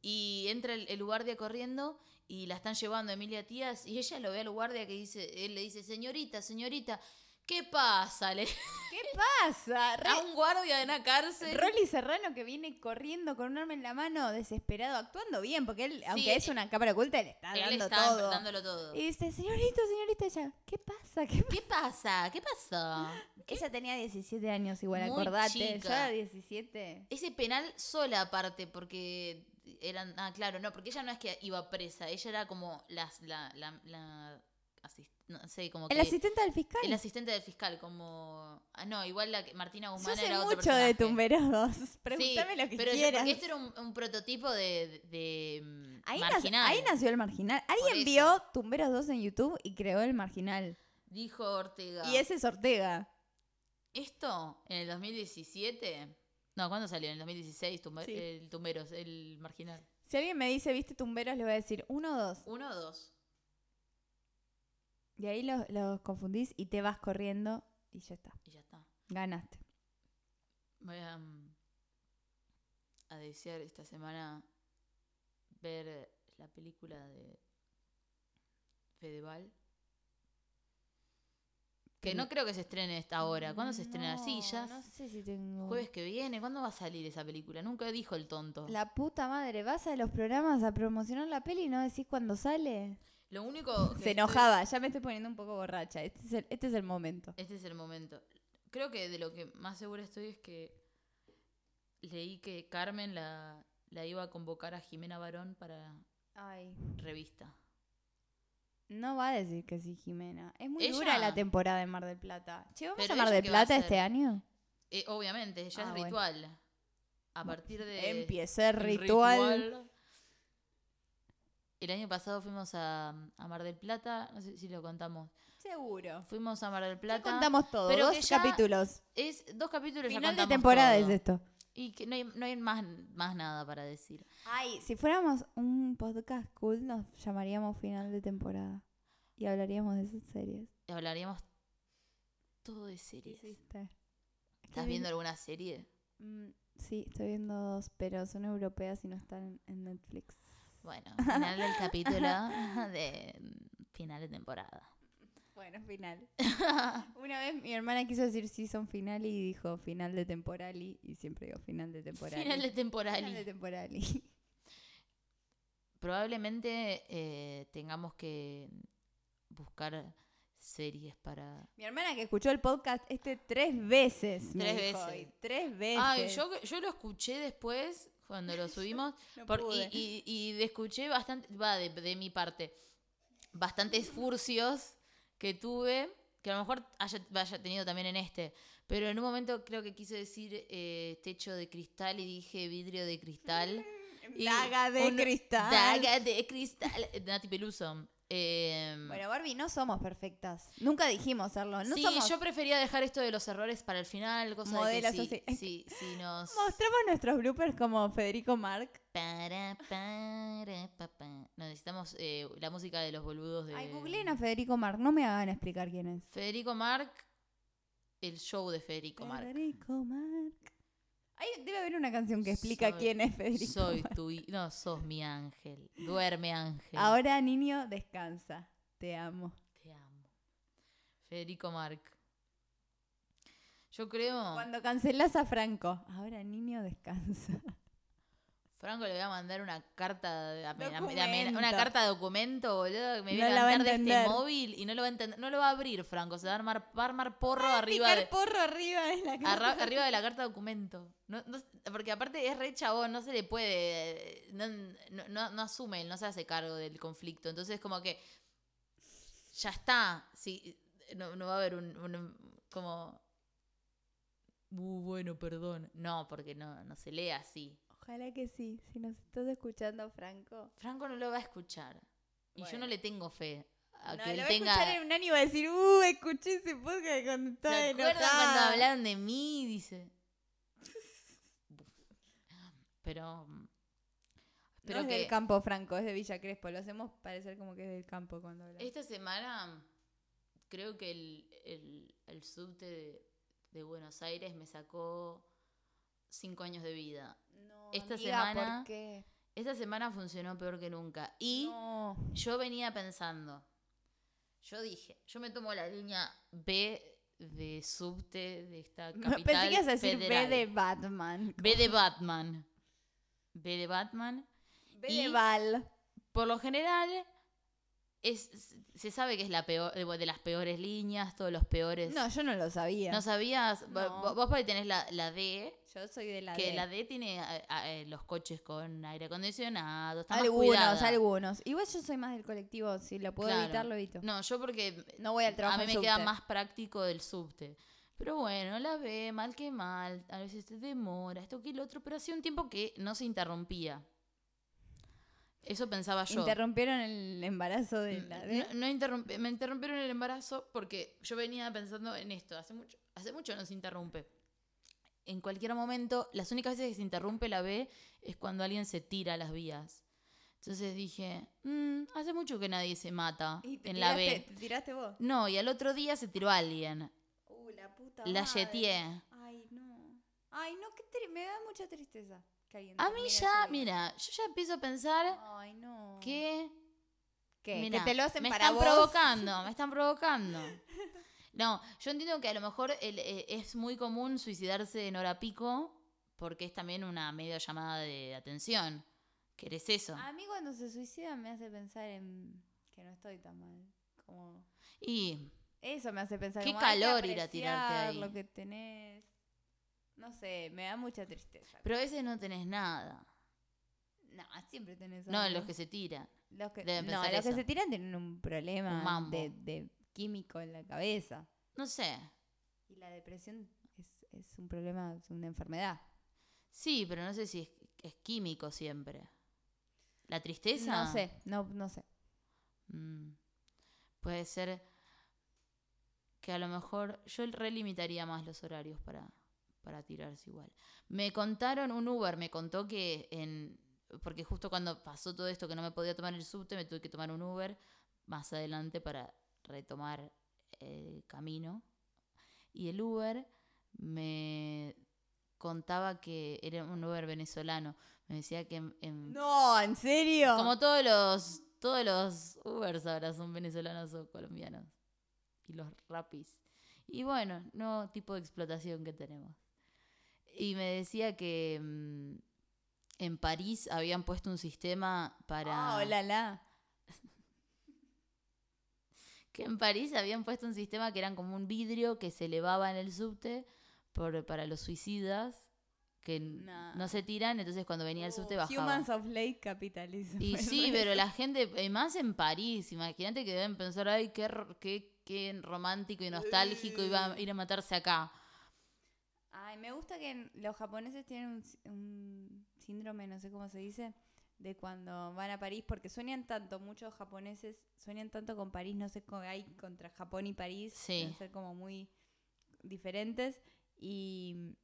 Y entra el, el guardia corriendo y la están llevando a Emilia Tías y ella lo ve al guardia que dice, él le dice, señorita, señorita, ¿qué pasa? Le, ¿Qué pasa? Re- a un guardia de una cárcel. Rolly Serrano que viene corriendo con un arma en la mano, desesperado, actuando bien, porque él, aunque eh, es una cámara oculta, le está Él dando está todo. dándolo todo. Y dice, señorita, señorita, ella, ¿qué pasa? ¿Qué pasa?". ¿Qué pasa? ¿Qué pasó? Ella tenía 17 años igual, Muy acordate. Yo chica. era 17. Ese penal sola aparte, porque eran... Ah, claro, no, porque ella no es que iba presa, ella era como las- la... la, la asist- no sé, como que... El asistente del fiscal. el asistente del fiscal, como... Ah, no, igual la que Martina Yo Guzmán sé era mucho otro personaje. de tumberos 2. Sí, Pregúntame lo que pero yo- quieras. porque este era un, un prototipo de, de mm, ahí, nac- marginal. ahí nació el marginal. Alguien eso. vio Tumberos 2 en YouTube y creó el marginal. Dijo Ortega. Y ese es Ortega. Esto, en el 2017... No, ¿cuándo salió? En el 2016, Tumbe- Sí. el Tumberos, el marginal. Si alguien me dice, ¿viste Tumberos? Le voy a decir uno o dos. ¿Uno o dos? Y ahí los, los confundís y te vas corriendo y ya está. Y ya está. Ganaste. Voy a, mm, a desear esta semana ver la película de Fedeval. Que Que no no- creo que se estrene esta hora. ¿Cuándo se estrena? Mm, No, Sí, ya No s- sé si tengo. jueves que viene. ¿Cuándo va a salir esa película? Nunca dijo el tonto. La puta madre, vas a los programas a promocionar la peli y no decís cuándo sale. Lo único. que Se estoy- enojaba, ya me estoy poniendo un poco borracha. Este es el, este es el momento. Este es el momento. Creo que de lo que más segura estoy es que leí que Carmen la, la iba a convocar a Jimena Barón para Ay. revista. No va a decir que sí, Jimena. Es muy Ella- dura la temporada en Mar del Plata. Che, ¿vamos Pero a Mar ella del qué va a Plata hacer. este año? Eh, obviamente, ya Ah, es bueno. ritual. A partir de. Empieza el el ritual. El año pasado fuimos a, a Mar del Plata, no sé si lo contamos. Seguro. Fuimos a Mar del Ya Plata. contamos todo, pero dos que ya- capítulos. Es dos capítulos ya Final de contamos temporada todo. es esto. Y que no hay, no hay más, más nada para decir. Ay, si fuéramos un podcast cool, nos llamaríamos final de temporada. Y hablaríamos de esas series. Hablaríamos todo de ¿Qué series. hiciste? ¿Estás viendo alguna serie? Mm, sí, estoy viendo dos, pero son europeas y no están en Netflix. Bueno, final del *laughs* capítulo de final de temporada. Bueno, *laughs* final. Una vez mi hermana quiso decir season final y dijo final de temporal y, y siempre digo final de temporal. Final de temporada. Final de temporal *laughs* y- probablemente eh, tengamos que buscar series para... Mi hermana que escuchó el podcast este tres veces. me Tres dijo, veces. y tres veces. Ay, Ah, yo, yo lo escuché después cuando lo subimos *laughs* No por- pude. y, y, y escuché bastante, va, de, de mi parte, bastantes furcios que tuve, que a lo mejor haya, haya tenido también en este, pero en un momento creo que quise decir eh, techo de cristal y dije vidrio de cristal. y Daga de un- cristal. Daga de cristal. Nati Peluso. Em, Bueno, Barbie, no somos perfectas. Nunca dijimos serlo. No sí, somos. yo prefería dejar esto de los errores para el final, cosa Modelos de que así. *laughs* sí, sí, sí nos... Mostramos nuestros bloopers como Federico Marc. Para, para, pa, pa. No, necesitamos eh, la música de los boludos de... Ay, googleen a Federico Marc. No me hagan explicar quién es. Federico Marc, el show de Federico Marc. Federico Marc. Ay, debe haber una canción que explica Soy- quién es *laughs* Federico Soy Marc. tu... hi- No, sos mi ángel. Duerme ángel. Ahora, niño, descansa. Te amo. Te amo. Federico Marc. Yo creo... Ah. Cuando cancelas a Franco. Ahora, niño, descansa. Franco le voy a mandar una carta de, amen- amen- Documento. amen- una carta de documento, boludo, que me No viene la a va a mandar de este entender. móvil y no lo va a entender, no lo va a abrir, Franco, se va a armar, va a armar porro arriba Picar de, porro arriba de la cara. arra- arriba de la carta de documento. No- no- porque aparte es re chabón, no se le puede, no, no, no- no asume, él no se hace cargo del conflicto. Entonces como que ya está, sí, no, no va a haber un, un- como... "Uh, bueno, perdón. No, porque no, no se lee así. Ojalá que sí, si nos estás escuchando, Franco. Franco no lo va a escuchar. Y yo no Bueno. le tengo fe a No, que lo él va a tenga. escuchar en un año y va a decir, uh, escuché ese podcast cuando estaba ¿Se acuerdan cuando enojada". hablaron de mí? Dice. Pero. mm, No Espero es que del campo, Franco, es de Villa Crespo. Lo hacemos parecer como que es del campo cuando hablamos. esta semana creo que el, el- el subte de, de Buenos Aires me sacó cinco años de vida. No, esta amiga, semana- ¿por qué? Esta semana funcionó peor que nunca. Y. No. yo venía pensando, yo dije, yo me tomo la línea B de subte de esta capital *laughs* Pensé que ibas a decir federal. B de Batman. B de Batman. B de Batman. B y- de Val. Por lo general, es, se sabe que es la peor, eh, de las peores líneas, todos los peores. No, yo no lo sabía. ¿No sabías? Vo- No. vo- Vos porque tenés la, la D, Yo soy de la que D. la D tiene eh, eh, los coches con aire acondicionado, está más Algunos, cuidada. algunos. Igual yo soy más del colectivo, si lo puedo Claro. evitar, lo evito. No, No, yo porque voy al trabajo A mí en me queda subte. más práctico del subte. Pero bueno, la ve, mal que mal, a veces te demora, esto que lo otro, pero hacía un tiempo que no se interrumpía. Eso pensaba yo. Mm, Interrumpieron el embarazo de la D. No, no interrumpe- me interrumpieron el embarazo porque yo venía pensando en esto, hace mucho, hace mucho no se interrumpe. En cualquier momento, las únicas veces que se interrumpe la B es cuando alguien se tira a las vías. Entonces dije, "Mm, hace mucho que nadie se mata Y te en la tiraste- B. ¿Te tiraste vos? No, y al otro día se tiró alguien. Uh, la puta La madre. yeteé. Ay, no. Ay, no, qué tri- me da mucha tristeza que alguien A te mí mire ya, así. mira, yo ya empiezo a pensar Ay, no. que, ¿Qué? Que mirá, te lo hacen me para están vos. provocando, me están *laughs* provocando. No, yo entiendo que a lo mejor el- eh, es muy común suicidarse en hora pico porque es también una media llamada de atención. ¿Querés eso? A mí cuando se suicida me hace pensar en que no estoy tan mal. Como Y eso me hace pensar Qué como, hay que calor ir a tirarte apreciar ahí. lo que tenés. No sé, me da mucha tristeza. pero a veces no tenés nada. no, siempre tenés No, algo. los que se tiran. Los que, Deben no, pensar los que eso. se tiran tienen un Un problema mambo. de, de químico en la cabeza. No sé. Y la depresión es, es un problema, es una enfermedad. Sí, pero no sé si es, es químico siempre. La tristeza. No sé, no, no sé. Mm. Puede ser que a lo mejor yo relimitaría más los horarios para, para tirarse igual. Me contaron, un Uber me contó que en... Porque justo cuando pasó todo esto que no me podía tomar el subte, me tuve que tomar un Uber más adelante para retomar el camino. Y el Uber me contaba que era un Uber venezolano. Me decía que en- en No, ¿en serio? como todos los todos los Ubers ahora son venezolanos o colombianos. Y los rapis. Y bueno, no tipo de explotación que tenemos. Y me decía que mm, en París habían puesto un sistema para. Ah, la, la. Que en París habían puesto un sistema que eran como un vidrio que se elevaba en el subte por, para los suicidas que n- Nah. no se tiran. Entonces cuando venía el subte Uh, bajaba. Humans of Late *laughs* Capitalism. Y Me sí, re- pero la gente, eh, más en París, imagínate que deben pensar, ay, qué, r- qué, qué romántico y nostálgico iba a ir a matarse acá. Ay, me gusta que en- los japoneses tienen un, s- un síndrome, no sé cómo se dice, de cuando van a París, porque sueñan tanto, muchos japoneses sueñan tanto con París, no sé cómo hay contra Japón y París, Sí. deben ser como muy diferentes. Y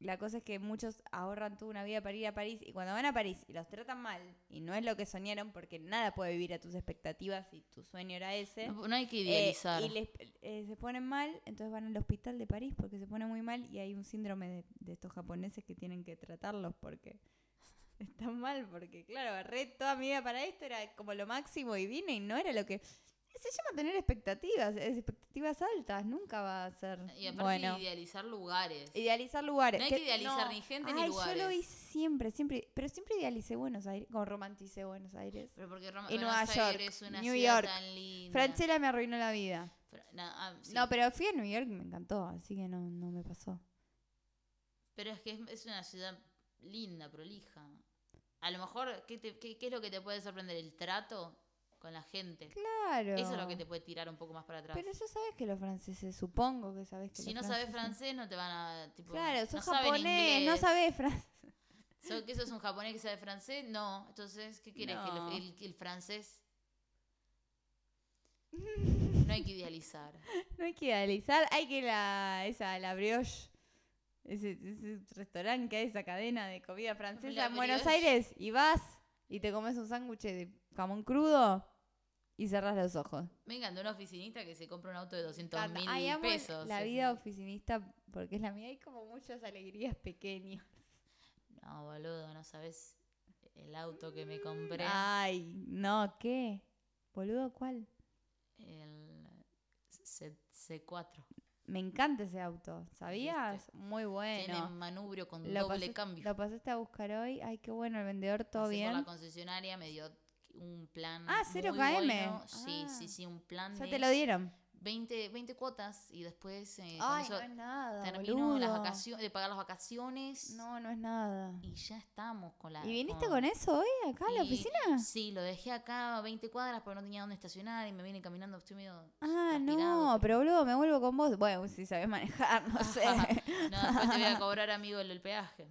la cosa es que muchos ahorran toda una vida para ir a París, y cuando van a París y los tratan mal, y no es lo que soñaron, porque nada puede vivir a tus expectativas y tu sueño era ese. No, no hay que Eh, idealizar. y les- eh, se ponen mal, entonces van al hospital de París porque se ponen muy mal y hay un síndrome de, de estos japoneses que tienen que tratarlos porque *laughs* están mal, porque claro, agarré toda mi vida para esto, era como lo máximo y vine y no era lo que... Se llama tener expectativas, es- expectativas altas, nunca va a ser. Y aparte bueno, idealizar lugares. idealizar lugares. No hay que idealizar ni gente ni Ay, lugares. Yo lo hice siempre, siempre, pero siempre idealicé Buenos Aires, o romanticé Buenos Aires. Pero porque Roma, Y Buenos Nueva York, Aires es una New ciudad York, tan linda. Franchella me arruinó la vida. Fra- no, ah, sí. No, pero... pero fui a New York y me encantó, así que no, no me pasó. es que es, es una ciudad linda, prolija. A lo mejor, ¿qué, te- qué- qué es lo que te puede sorprender? El trato con la gente. Claro. Eso es lo que te puede tirar un poco más para atrás. Pero yo sabes que los franceses, supongo que sabes que si los no sabes franceses- francés, no te van a. Tipo, Claro, no sos saben japonés, no inglés. sabes francés. So- que eso es un japonés que sabe francés? No. Entonces, ¿qué quieres? No. ¿Que el, el- el francés? No hay que idealizar. *laughs* No hay que idealizar, hay que la esa la brioche. Ese, ese restaurante que hay, esa cadena de comida francesa La en Buenos brioche. Aires, y vas y te comes un sándwich de jamón crudo y cerrás los ojos. Me encanta un oficinista que se compra un auto de 200 Cata- mil Ay, amo pesos. La Es vida un- oficinista, porque es la mía, hay como muchas alegrías pequeñas. No, boludo, no sabes el auto que me compré. Ay, no, ¿qué? Boludo, ¿cuál? El C- C4. Me encanta ese auto, ¿sabías? Muy Tiene bueno. manubrio con Lo doble pasé- cambio. Lo pasaste a buscar hoy. Ay, qué bueno, el vendedor, todo Pasé bien. Por la concesionaria me dio un plan. Ah, muy 0KM. bueno. Sí, Ah. sí, sí, un plan Ya de te lo dieron. 20, 20 cuotas y después eh, con Ay, eso no es nada. termino Ah, boludo. las vacaciones, de pagar las vacaciones No, no es nada. y ya estamos con la. ¿Y viniste con eso hoy acá a la y- oficina? Sí, lo dejé acá a 20 cuadras porque no tenía dónde estacionar y me vine caminando, estoy medio. Ah, no, transpirado, *laughs* pero boludo, me vuelvo con vos. Bueno, si sabés manejar, no sé. *laughs* No, después te voy a cobrar, amigo, el, el peaje.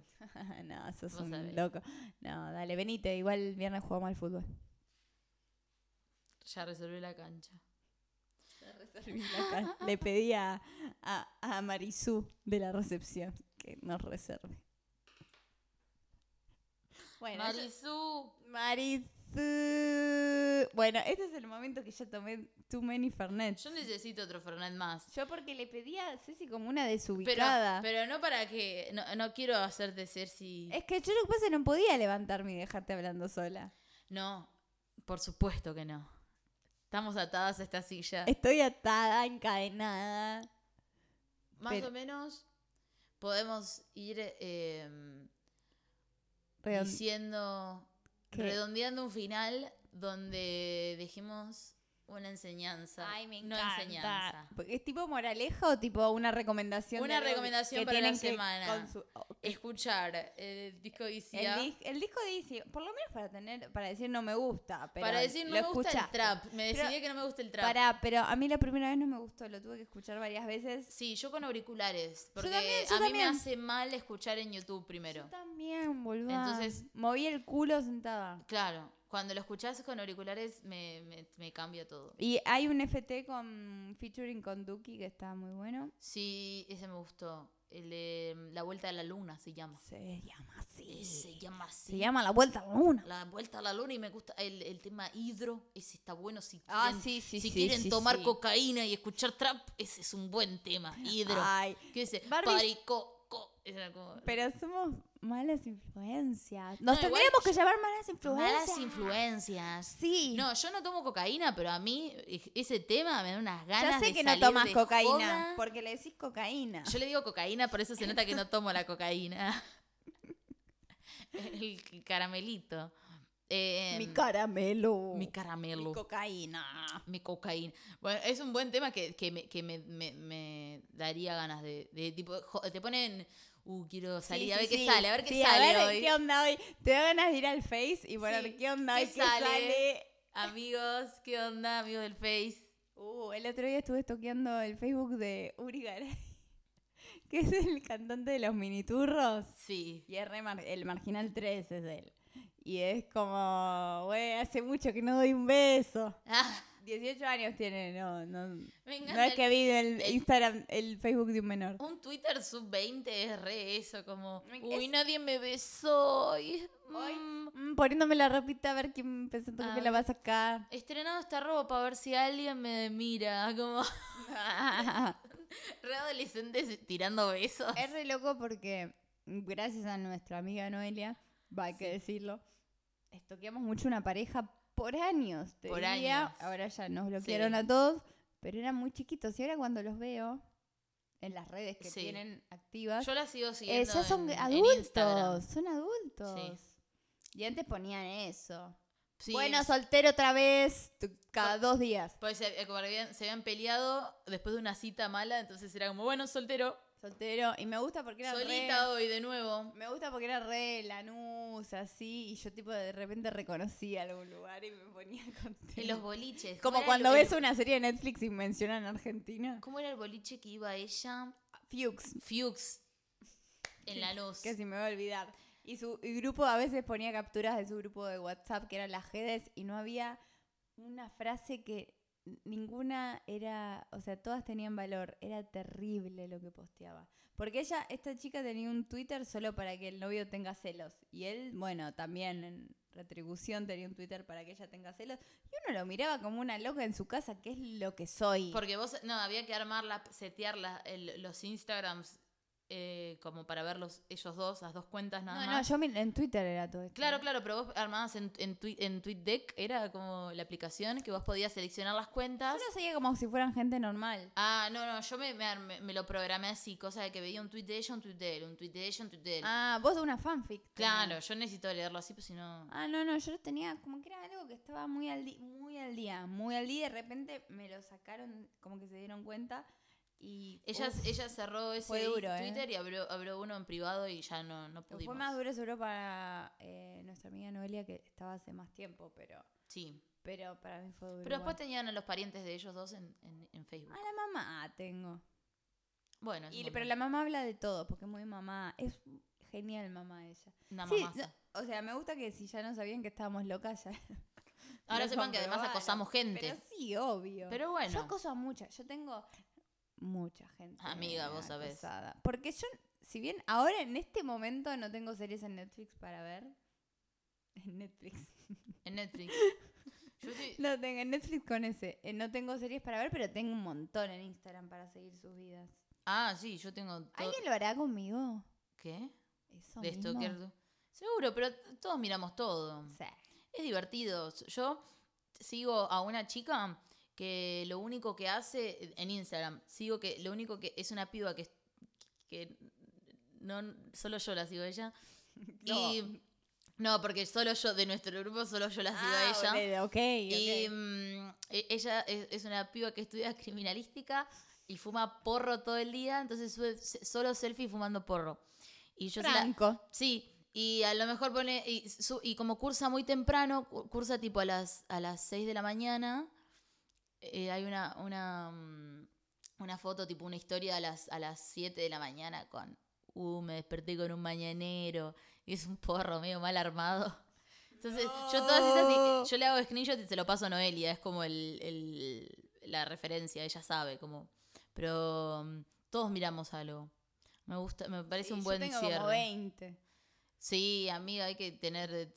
no, sos Vos un sabés. loco. No, dale, venite. Igual el viernes jugamos al fútbol. Ya reservé la cancha. Le pedí a, a, a Marisú de la recepción que nos reserve. Bueno, yo- Marisú. Marisú. Bueno, este es el momento que yo tomé Too Many Fernet. Yo necesito otro Fernet más. Yo porque le pedí a Ceci como una Pero, desubicada. pero no para que. No, no quiero hacerte ser si. es que yo lo que pasa es que no podía levantarme y dejarte hablando sola. No, por supuesto que no. Estamos atadas a esta silla. Estoy atada, encadenada. Más pero- o menos podemos ir eh, Redon- diciendo. ¿Qué? Redondeando un final donde dejemos una enseñanza. no enseñanza. Porque Pues, ¿Es tipo moraleja o tipo una recomendación? de Una algo que- recomendación que para la tienen que semana. consu- Escuchar el disco de El, Isia. dis- el disco dice, por lo menos para tener, para decir no me gusta, pero Para decir no lo me gusta el escuchaste. trap. Me Pero- decidí que no me gusta el trap. Pará, pero a mí la primera vez no me gustó, lo tuve que escuchar varias veces. Sí, yo con auriculares. Porque también, yo a mí también. me hace mal escuchar en YouTube primero. Yo también, boludo. Entonces- moví el culo sentada. Claro, cuando lo escuchás con auriculares me, me, me cambia todo. Y hay un FT con featuring con Duki que está muy bueno. Sí, ese me gustó. El de mm, La Vuelta a la Luna se llama. Se llama así. Eh, Se llama así. Se llama La Vuelta a la Luna. La Vuelta a la Luna y me gusta el, el tema Hidro. Ese está bueno. Si quieren, Ah, sí, sí, si sí, quieren sí, tomar sí. Ah, cocaína y escuchar trap, ese es un buen tema. Hidro. Ay, ¿Qué dice? Barbie- Parico. co- era como- pero somos malas influencias. No, Nos igual tendríamos que llamar malas influencias. Malas influencias. Sí. No, yo no tomo cocaína, pero a mí e- ese tema me da unas ganas. ya sé de que no salir tomas de cocaína, joda. porque le decís cocaína. Yo le digo cocaína, por eso se nota que no tomo la cocaína. *laughs* El caramelito. Eh, mi caramelo. mi caramelo. Mi Mi, cocaína. cocaína. Bueno, es un buen tema que, que me, que me- me- me daría ganas de, de tipo, jo- te ponen, uh, quiero salir, Sí, a ver sí, qué sí. sale, a ver qué Sí, sale ver hoy. qué onda hoy. Te da ganas de ir al Face y poner Sí, qué onda ¿qué hoy, qué sale? sale? Amigos, ¿qué onda? Amigos del Face. Uh, el otro día estuve toqueando el Facebook de Uri Garay, *laughs* que es el cantante de los miniturros. Sí. *laughs* Y es re mar- el Marginal 3 es él. Y es como, güey, hace mucho que no doy un beso. Ah, 18 años tiene, no, no. No me encanta es el- que vi el el- Instagram, el Facebook de un menor. Un Twitter sub-20 es re eso, como, Me- uy, es- nadie me besó hoy. Hoy, Ah. Mm. mm, poniéndome la ropita a ver quién pensando A que la va a sacar. Estrenado esta ropa a ver si alguien me mira, *laughs* como *laughs* re adolescentes tirando besos. Es re loco porque, gracias a nuestra amiga Noelia, va, hay que decirlo, estoqueamos mucho una pareja por años. Te Por diría. años. Ahora ya nos bloquearon Sí. a todos, pero eran muy chiquitos. Y ahora cuando los veo en las redes que Sí. tienen activas, Yo la sigo eh, siguiendo. ya son en- en adultos. Instagram. Son adultos. Y antes ponían eso. Sí, Bueno, soltero otra vez, tu- cada dos días. Pues se, eh, como habían- se habían peleado después de una cita mala, entonces era como, bueno, soltero, Soltero. Y me gusta porque era solita re, hoy de nuevo. Me gusta porque era re Lanús, así. Y yo, tipo, de repente reconocía algún lugar y me ponía *laughs* contenta. En los boliches. ¿cómo Como era cuando el- ves una serie de Netflix y mencionan Argentina. ¿Cómo era el boliche que iba ella? Fuchs, Fuchs. En la luz. que si me va a olvidar. Y su y grupo a veces ponía capturas de su grupo de WhatsApp, que eran las GEDES, y no había una frase que ninguna era, o sea, todas tenían valor. Era terrible lo que posteaba. Porque ella, esta chica tenía un Twitter solo para que el novio tenga celos. Y él, bueno, también en retribución tenía un Twitter para que ella tenga celos. Y uno lo miraba como una loca en su casa, que es lo que soy. Porque vos, no, había que armar, la, setear la- el- los Instagrams eh, como para verlos ellos dos, las dos cuentas nada no, no, más. yo mi- en Twitter era todo esto. Claro, claro, pero vos armabas en, en, Twi- en TweetDeck, era como la aplicación que vos podías seleccionar las cuentas. Yo lo seguía como si fueran gente normal. Ah, no, no, yo me, me, armé- me lo programé así, cosa de que veía un tweet de ella, un tweet de él, un tweet de ella, un tweet de él. Ah, vos de una fanfic. claro, tenías. yo necesito leerlo así, pues si no... Ah, no, no, yo lo tenía como que era algo que estaba muy al, di- muy al día, muy al día. y De repente me lo sacaron, como que se dieron cuenta. Y Ella, uf, ella cerró ese fue duro, ¿eh? Twitter y abrió, abrió uno en privado y ya no, no lo pudimos. fue más duro seguro para eh, nuestra amiga Noelia, que estaba hace más tiempo, pero Sí. pero para mí fue duro. Pero después igual. tenían a los parientes de ellos dos en, en, en Facebook. A la mamá Ah, tengo. Bueno, es Y- un pero montón. la mamá habla de todo, porque es muy mamá. Es genial mamá ella. Una Sí, mamaza. no, o sea, me gusta que si ya no sabían que estábamos locas, ya Ahora lo sepan que además comprobaron, acosamos gente. Pero Pero, sí, obvio. bueno, Yo acoso a mucha, yo tengo mucha gente. Amiga, vos sabés. acosada. Porque yo, si bien ahora en este momento no tengo series en Netflix para ver, en Netflix. *laughs* en Netflix. Yo sí- No tengo, en Netflix con ese. eh, no tengo series para ver, pero tengo un montón en Instagram para seguir sus vidas. Ah, sí, yo tengo todo. ¿Alguien lo hará conmigo? ¿Qué? Eso De mismo. stalker. Seguro, pero todos miramos todo. Sí. Es divertido. Yo sigo a una chica que lo único que hace en Instagram, sigo que lo único que es una piba que, que no solo yo la sigo a *laughs* ella. Y no, porque solo yo de nuestro grupo solo yo la sigo a ella. Ah, boludo, ok, Y ok. mm, e- ella es, es una piba que estudia criminalística y fuma porro todo el día, entonces sube se- solo selfie fumando porro. Y yo se la- Franco. sí, y a lo mejor pone, y, su- y como cursa muy temprano, cu- cursa tipo a las, a las 6 de la mañana, eh, hay una, una, mm, una foto, tipo una historia a las, a las 7 de la mañana con, uh, me desperté con un mañanero, y es un porro medio mal armado. *laughs* Entonces, yo todas No. esas, yo le hago screenshot y se lo paso a Noelia, es como el, el- la referencia, ella sabe, como, pero mm, todos miramos algo. Me gusta, me parece Sí, un yo buen tengo cierre. Como 20. Sí, amiga, hay que tener eh,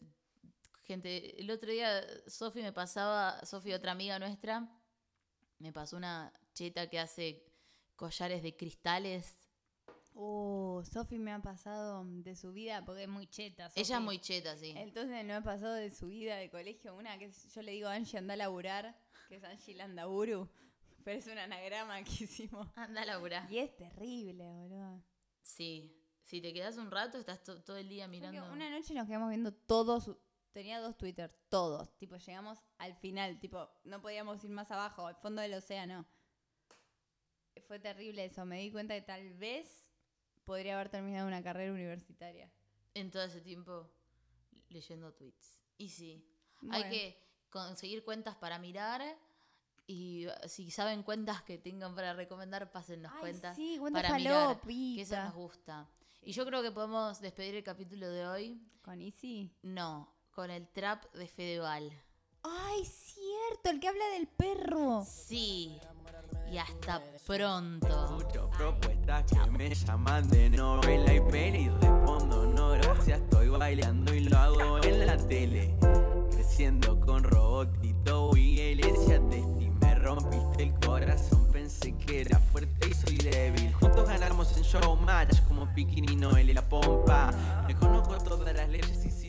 gente. El otro día Sofi me pasaba, Sofi, otra amiga nuestra, me pasó una cheta que hace collares de cristales. Uh, Sofi me ha pasado de su vida porque es muy cheta. Ella es Sofi. muy cheta, sí. Entonces no ha pasado de su vida de colegio una que es- yo le digo Angie anda a laburar, que es Angie Landaburu, *laughs* pero es un anagrama que hicimos. Anda a laburar. Y es terrible, boludo. Sí. Si te quedas un rato, estás to- todo el día Creo que mirando. Una noche nos quedamos viendo todos, su- tenía dos Twitter, todos, tipo llegamos al final, tipo no podíamos ir más abajo, al fondo del océano. Fue terrible eso, me di cuenta que tal vez podría haber terminado una carrera universitaria. En todo ese tiempo leyendo tweets. Y sí. Bueno. Hay que conseguir cuentas para mirar. Y eh, si saben cuentas que tengan para recomendar, pásennos Ay, cuentas. sí, cuentas para mirar, falopita. Que eso nos gusta. Y yo creo que podemos despedir el capítulo de hoy. Con Easy. No, con el trap de Fedeval. Ay, cierto, el que habla del perro. Sí. Y hasta pronto. Escucho propuestas que me llaman de novela y peli Respondo no gracias, estoy bailando y lo hago en la tele Creciendo con robotito y iglesia tasty Me rompiste el corazón, pensé que era fuerte y soy débil Juntos ganamos en Showmatch como Piquín y Noel y la pompa Me conozco todas las leyes y